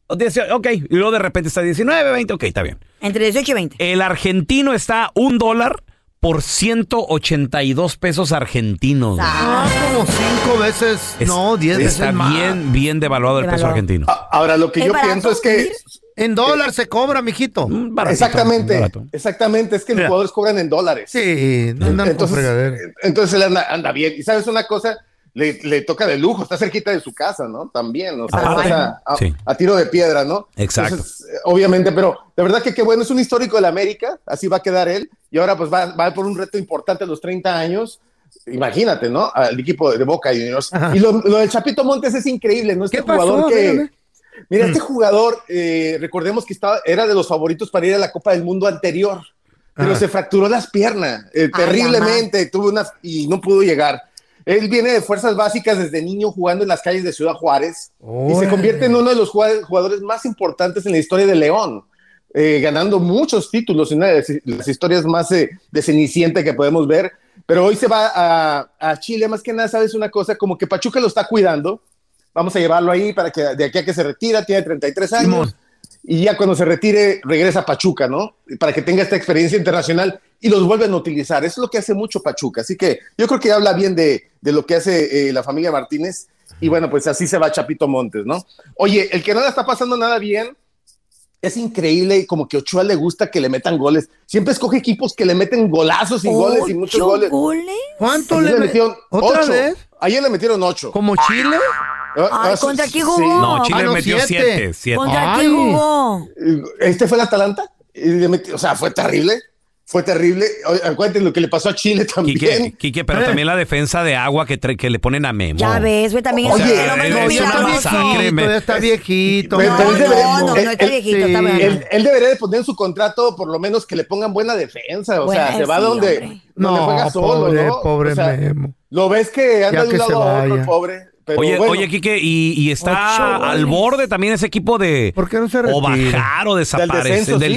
18. Ok, y luego de repente está 19, 20, ok, está bien. Entre 18 y 20. El argentino está un dólar por 182 pesos argentinos. güey. Ah, como cinco veces, Es- no, diez veces Está más. bien, bien devaluado el peso Devaluado. argentino. A- Ahora, lo que ¿Es yo barato pienso es que En dólar se cobra, mijito. baratito, exactamente, barato. exactamente, es que los jugadores cobran en dólares. Sí, no andan con fregadera. entonces, entonces él anda, anda bien. Y sabes una cosa, le, le toca de lujo, está cerquita de su casa, ¿no? También, o sea, Aparte. está a, Sí. a tiro de piedra, ¿no? Exacto. Entonces, eh, obviamente, pero de verdad que qué bueno, es un histórico de la América, así va a quedar él, y ahora pues va, va por un reto importante a los 30 años. Imagínate, ¿no? Al equipo de Boca Juniors. Y lo, lo del Chapito Montes es increíble, ¿no? Este pasó? Mm. jugador A ver, a que, ver. Mira, este jugador, eh, recordemos que estaba, era de los favoritos para ir a la Copa del Mundo anterior, pero Ajá. se fracturó las piernas eh, la terriblemente, tuvo unas y no pudo llegar. Él viene de fuerzas básicas desde niño jugando en las calles de Ciudad Juárez y Órale. se convierte en uno de los jua- jugadores más importantes en la historia de León, eh, ganando muchos títulos, una de las- las historias más eh, de Cenicienta que podemos ver. Pero hoy se va a, a Chile, más que nada, ¿sabes una cosa? Como que Pachuca lo está cuidando vamos a llevarlo ahí para que de aquí a que se retira, tiene 33 años. Y ya cuando se retire, regresa a Pachuca, ¿no? Para que tenga esta experiencia internacional y los vuelven a utilizar. Eso es lo que hace mucho Pachuca. Así que yo creo que habla bien de, de lo que hace eh, la familia Martínez. Y bueno, pues así se va Chapito Montes, ¿no? Oye, el que no la está pasando nada bien, es increíble y como que Ochoa le gusta que le metan goles. Siempre escoge equipos que le meten golazos y goles y muchos ¿Ocho goles. goles? ¿Cuánto Ayer le met- metieron? ¿Otra ocho. vez? Ayer le metieron ocho. Ah, ¿Como Chile? Ah, Ay, ¿contra quién jugó? No, Chile metió siete, siete. ¿Contra quién jugó? Este fue el Atalanta. Y le metió- o sea, fue terrible. Fue terrible. Oye, Acuérdate lo que le pasó a Chile también. Quique, Quique, eh. pero también la defensa de agua que, tra- que le ponen a Memo. Ya ves, güey, también O sea, es el hombre es muy una milagroso. masacre, me- Todavía está viejito. Pero man. también debería- no, no, no está él- viejito, él- está bueno. Él, él debería de poner en su contrato por lo menos que le pongan buena defensa. O sea, Bueno, se va sí, donde, hombre. donde No, juega solo, pobre, ¿no? pobre O sea, Memo. Lo ves que anda Ya de un que se lado a otro, vaya. pobre. Pero oye, bueno. oye, Quique, y, y Ocho está al goles. borde también ese equipo de o retira? bajar o Del desaparecer del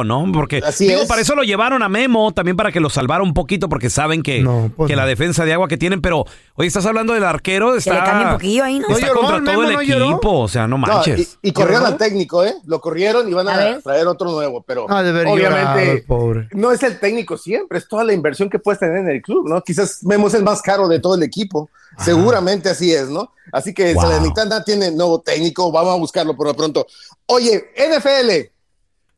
descenso, sí. ¿no? Porque Así digo, es. para eso lo llevaron a Memo, también para que lo salvara un poquito, porque saben que, pues que la defensa de agua que tienen, pero hoy estás hablando del arquero, le cambie un está, poquillo ahí, ¿no? está ¿No lloró contra el todo Memo, el no lloró? equipo, o sea, no No, manches. y, y corrieron al técnico, ¿eh? Lo corrieron y van A a, ver. traer otro nuevo, pero Ha Ah, de haber llorado el obviamente pobre. no es el técnico siempre, es toda la inversión que puedes tener en el club, ¿no? Quizás Memo es el más caro de todo el equipo, seguramente así es, ¿no? Así que Wow. Salernitana tiene nuevo técnico, vamos a buscarlo por lo pronto. Oye, NFL.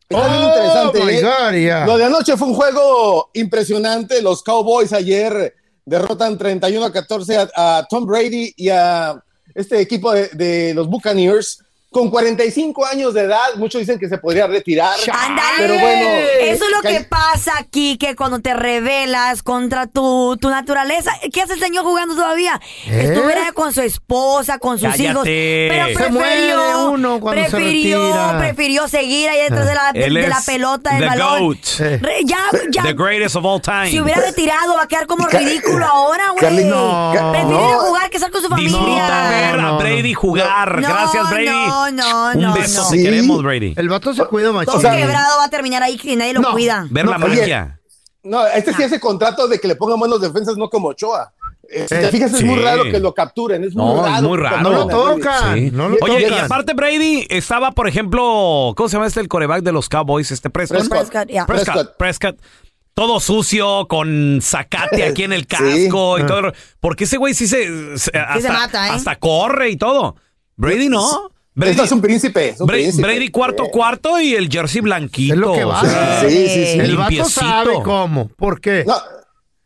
Está bien Oh, interesante. my ¿eh? God, yeah. Lo de anoche fue un juego impresionante. Los Cowboys ayer derrotan 31 a 14 a, a Tom Brady y a este equipo de, de los Buccaneers. Con 45 años de edad, muchos dicen que se podría retirar. Ándale. Pero bueno, Eso es lo que cay- pasa aquí, que cuando te rebelas contra tu, tu naturaleza. ¿Qué hace el señor jugando todavía? ¿Eh? Estuviera con su esposa, con sus Cállate. hijos. Pero Se prefirió, muere uno cuando se prefirió, retira. prefirió seguir ahí detrás de la, Él de la es pelota, del the balón. GOAT. Re- ya, ya. The greatest of all time. Si hubiera retirado, va a quedar como ridículo ahora, güey. Carlin- Pues, No, no, Prefiere no. jugar que estar con su Disfruta familia. ver a Brady jugar. No, Gracias, Brady. no, no, Un no, beso, no. te Sí. queremos, Brady. El vato se cuida, Todo machín. quebrado va a terminar ahí que nadie lo cuida. Ver la oye, magia. No, este Ah. sí hace contrato de que le pongan buenos defensas, no como Ochoa. Eh, Si te Eh, fijas, es sí. muy raro que lo capturen. Es muy No, raro. es muy raro. Sí. Oye, y aparte Brady estaba, por ejemplo, ¿cómo se llama este el coreback de los Cowboys? Este Prescott. Prescott. Prescott, ya. Prescott. Prescott. Prescott. Todo sucio, con zacate aquí en el casco Ah. y todo. Porque ese güey sí se... se- hasta, mata, ¿eh? hasta corre y todo. Brady no. Brady, Esto es un príncipe. es un Bra- príncipe. Brady cuarto, cuarto y el jersey blanquito. Es lo que o va. sea, El vato limpiecito. sabe cómo. ¿Por qué? No,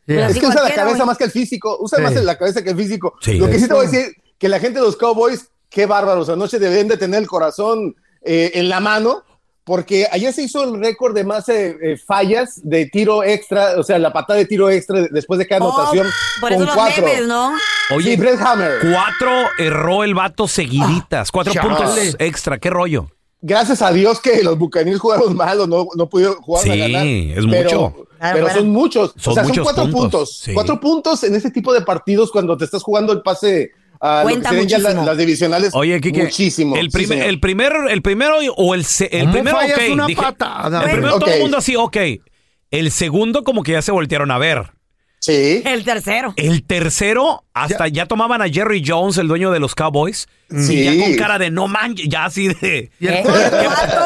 Sí. Es que usa la cualquiera, cabeza güey. más que el físico. Usa Sí. más la cabeza que el físico. Sí. Lo que sí te voy a decir, que la gente de los Cowboys, qué bárbaros. Anoche deben de tener el corazón eh, en la mano, porque ayer se hizo el récord de más eh, eh, fallas de tiro extra, o sea, la patada de tiro extra de- después de cada Oh, anotación. Por eso con los cuatro. memes, ¿no? Oye, Sí, Brett Hammer. cuatro erró el vato seguiditas. Cuatro Ah, chale. puntos extra. ¿Qué rollo? Gracias a Dios que los bucaneros jugaron mal o no, no pudieron jugar Sí, a ganar. es pero, mucho. Pero son muchos. Son o sea, muchos son cuatro puntos, puntos. sí. Cuatro puntos en ese tipo de partidos cuando te estás jugando el pase a lo que Cuenta serían ya la- muchísimo. las divisionales. Oye, Kike, Muchísimo. El, sí, primer- señor. el primer, el primero y- o el, se- el ¿Cómo primero, fallas ok, una dije- patada, el güey? primero todo Ok. el mundo así, ok. El segundo como que ya se voltearon a ver. Sí. El tercero. El tercero, hasta ya, tomaban a Jerry Jones, el dueño de los Cowboys, Sí. y ya con cara de no manches, ya así de... el ¿Eh? ¿Qué,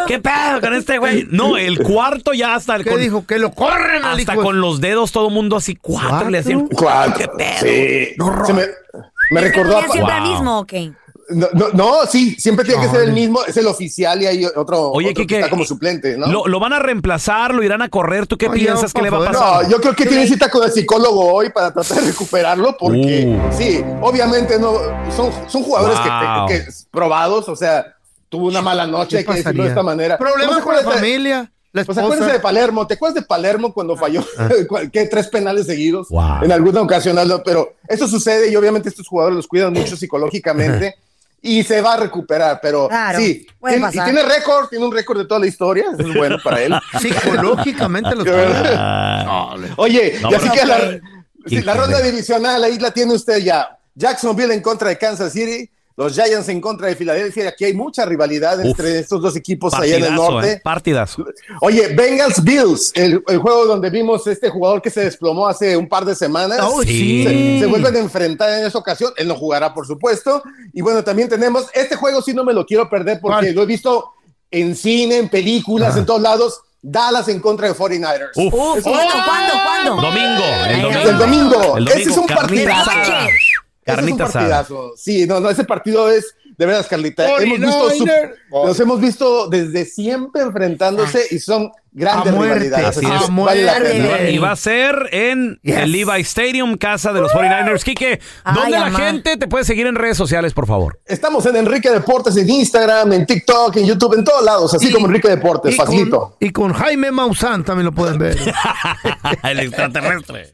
qué pedo con este güey? No, el cuarto ya hasta... El, ¿Qué dijo? Que lo corren al Hasta hijo de- con los dedos todo el mundo así, cuatro, le hacían... Cuatro. Sí. Se me, me recordó ¿Es siempre el Wow. mismo o qué? No, no, no, sí, siempre tiene que ser el Chale. mismo. Es el oficial y hay otro, Oye, otro Kike, que está como suplente, ¿no? ¿Lo, lo van a reemplazar? ¿Lo irán a correr? ¿Tú qué No, piensas yo, que le va a por pasar? favor. No, yo creo que tiene cita con el psicólogo hoy para tratar de recuperarlo, porque Uh. sí, obviamente no son, son jugadores que- Wow. que, que probados, o sea, tuvo una mala noche, ¿Qué hay que decirlo pasaría? de esta manera. Problemas ¿No se con la acuerdas de- familia, la Pues esposa. acuérdense de Palermo, ¿te acuerdas de Palermo cuando falló Ah. ¿qué? tres penales seguidos? Wow. En alguna ocasión, ¿no? pero eso sucede y obviamente estos jugadores los cuidan mucho psicológicamente y se va a recuperar, pero Claro, sí, puede tiene- y pasar. tiene récord, tiene un récord de toda la historia, eso es bueno para él. Psicológicamente los De verdad. Oye, Ah. No, y así pero- que la, sí, Híjole. la ronda divisional ahí la tiene usted ya. Jacksonville en contra de Kansas City, los Giants en contra de Filadelfia. Aquí hay mucha rivalidad Uf. entre estos dos equipos allá en el Partidazo, norte. eh, partidazo. Oye, Bengals Bills, el, el juego donde vimos este jugador que se desplomó hace un par de semanas. Oh, sí. Se, se vuelven a enfrentar en esa ocasión. Él no jugará, por supuesto. Y bueno, también tenemos este juego, sí no me lo quiero perder porque lo he visto en cine, en películas, en todos lados. Dallas en contra de 49ers. Ah. Uf. Uf, ¿cuándo, cuándo, cuándo? Domingo, el El domingo. domingo. El Ese es un carnita partidazo. asada. Carnita es un asada. partidazo. Sí, no, no, ese partido es de veras, Carlita. Hemos visto su- 49er. los hemos visto desde siempre enfrentándose y son grandes rivalidades. Así Así es. que vale la pena. Y va a ser en el Levi Stadium, casa de los 49ers. Quique, ¿dónde Ay, la amá. gente te puede seguir en redes sociales, por favor? Estamos en Enrique Deportes en Instagram, en TikTok, en YouTube, en todos lados, así como Enrique Deportes, y con- facilito. Y con Jaime Maussan también lo pueden ver. el extraterrestre.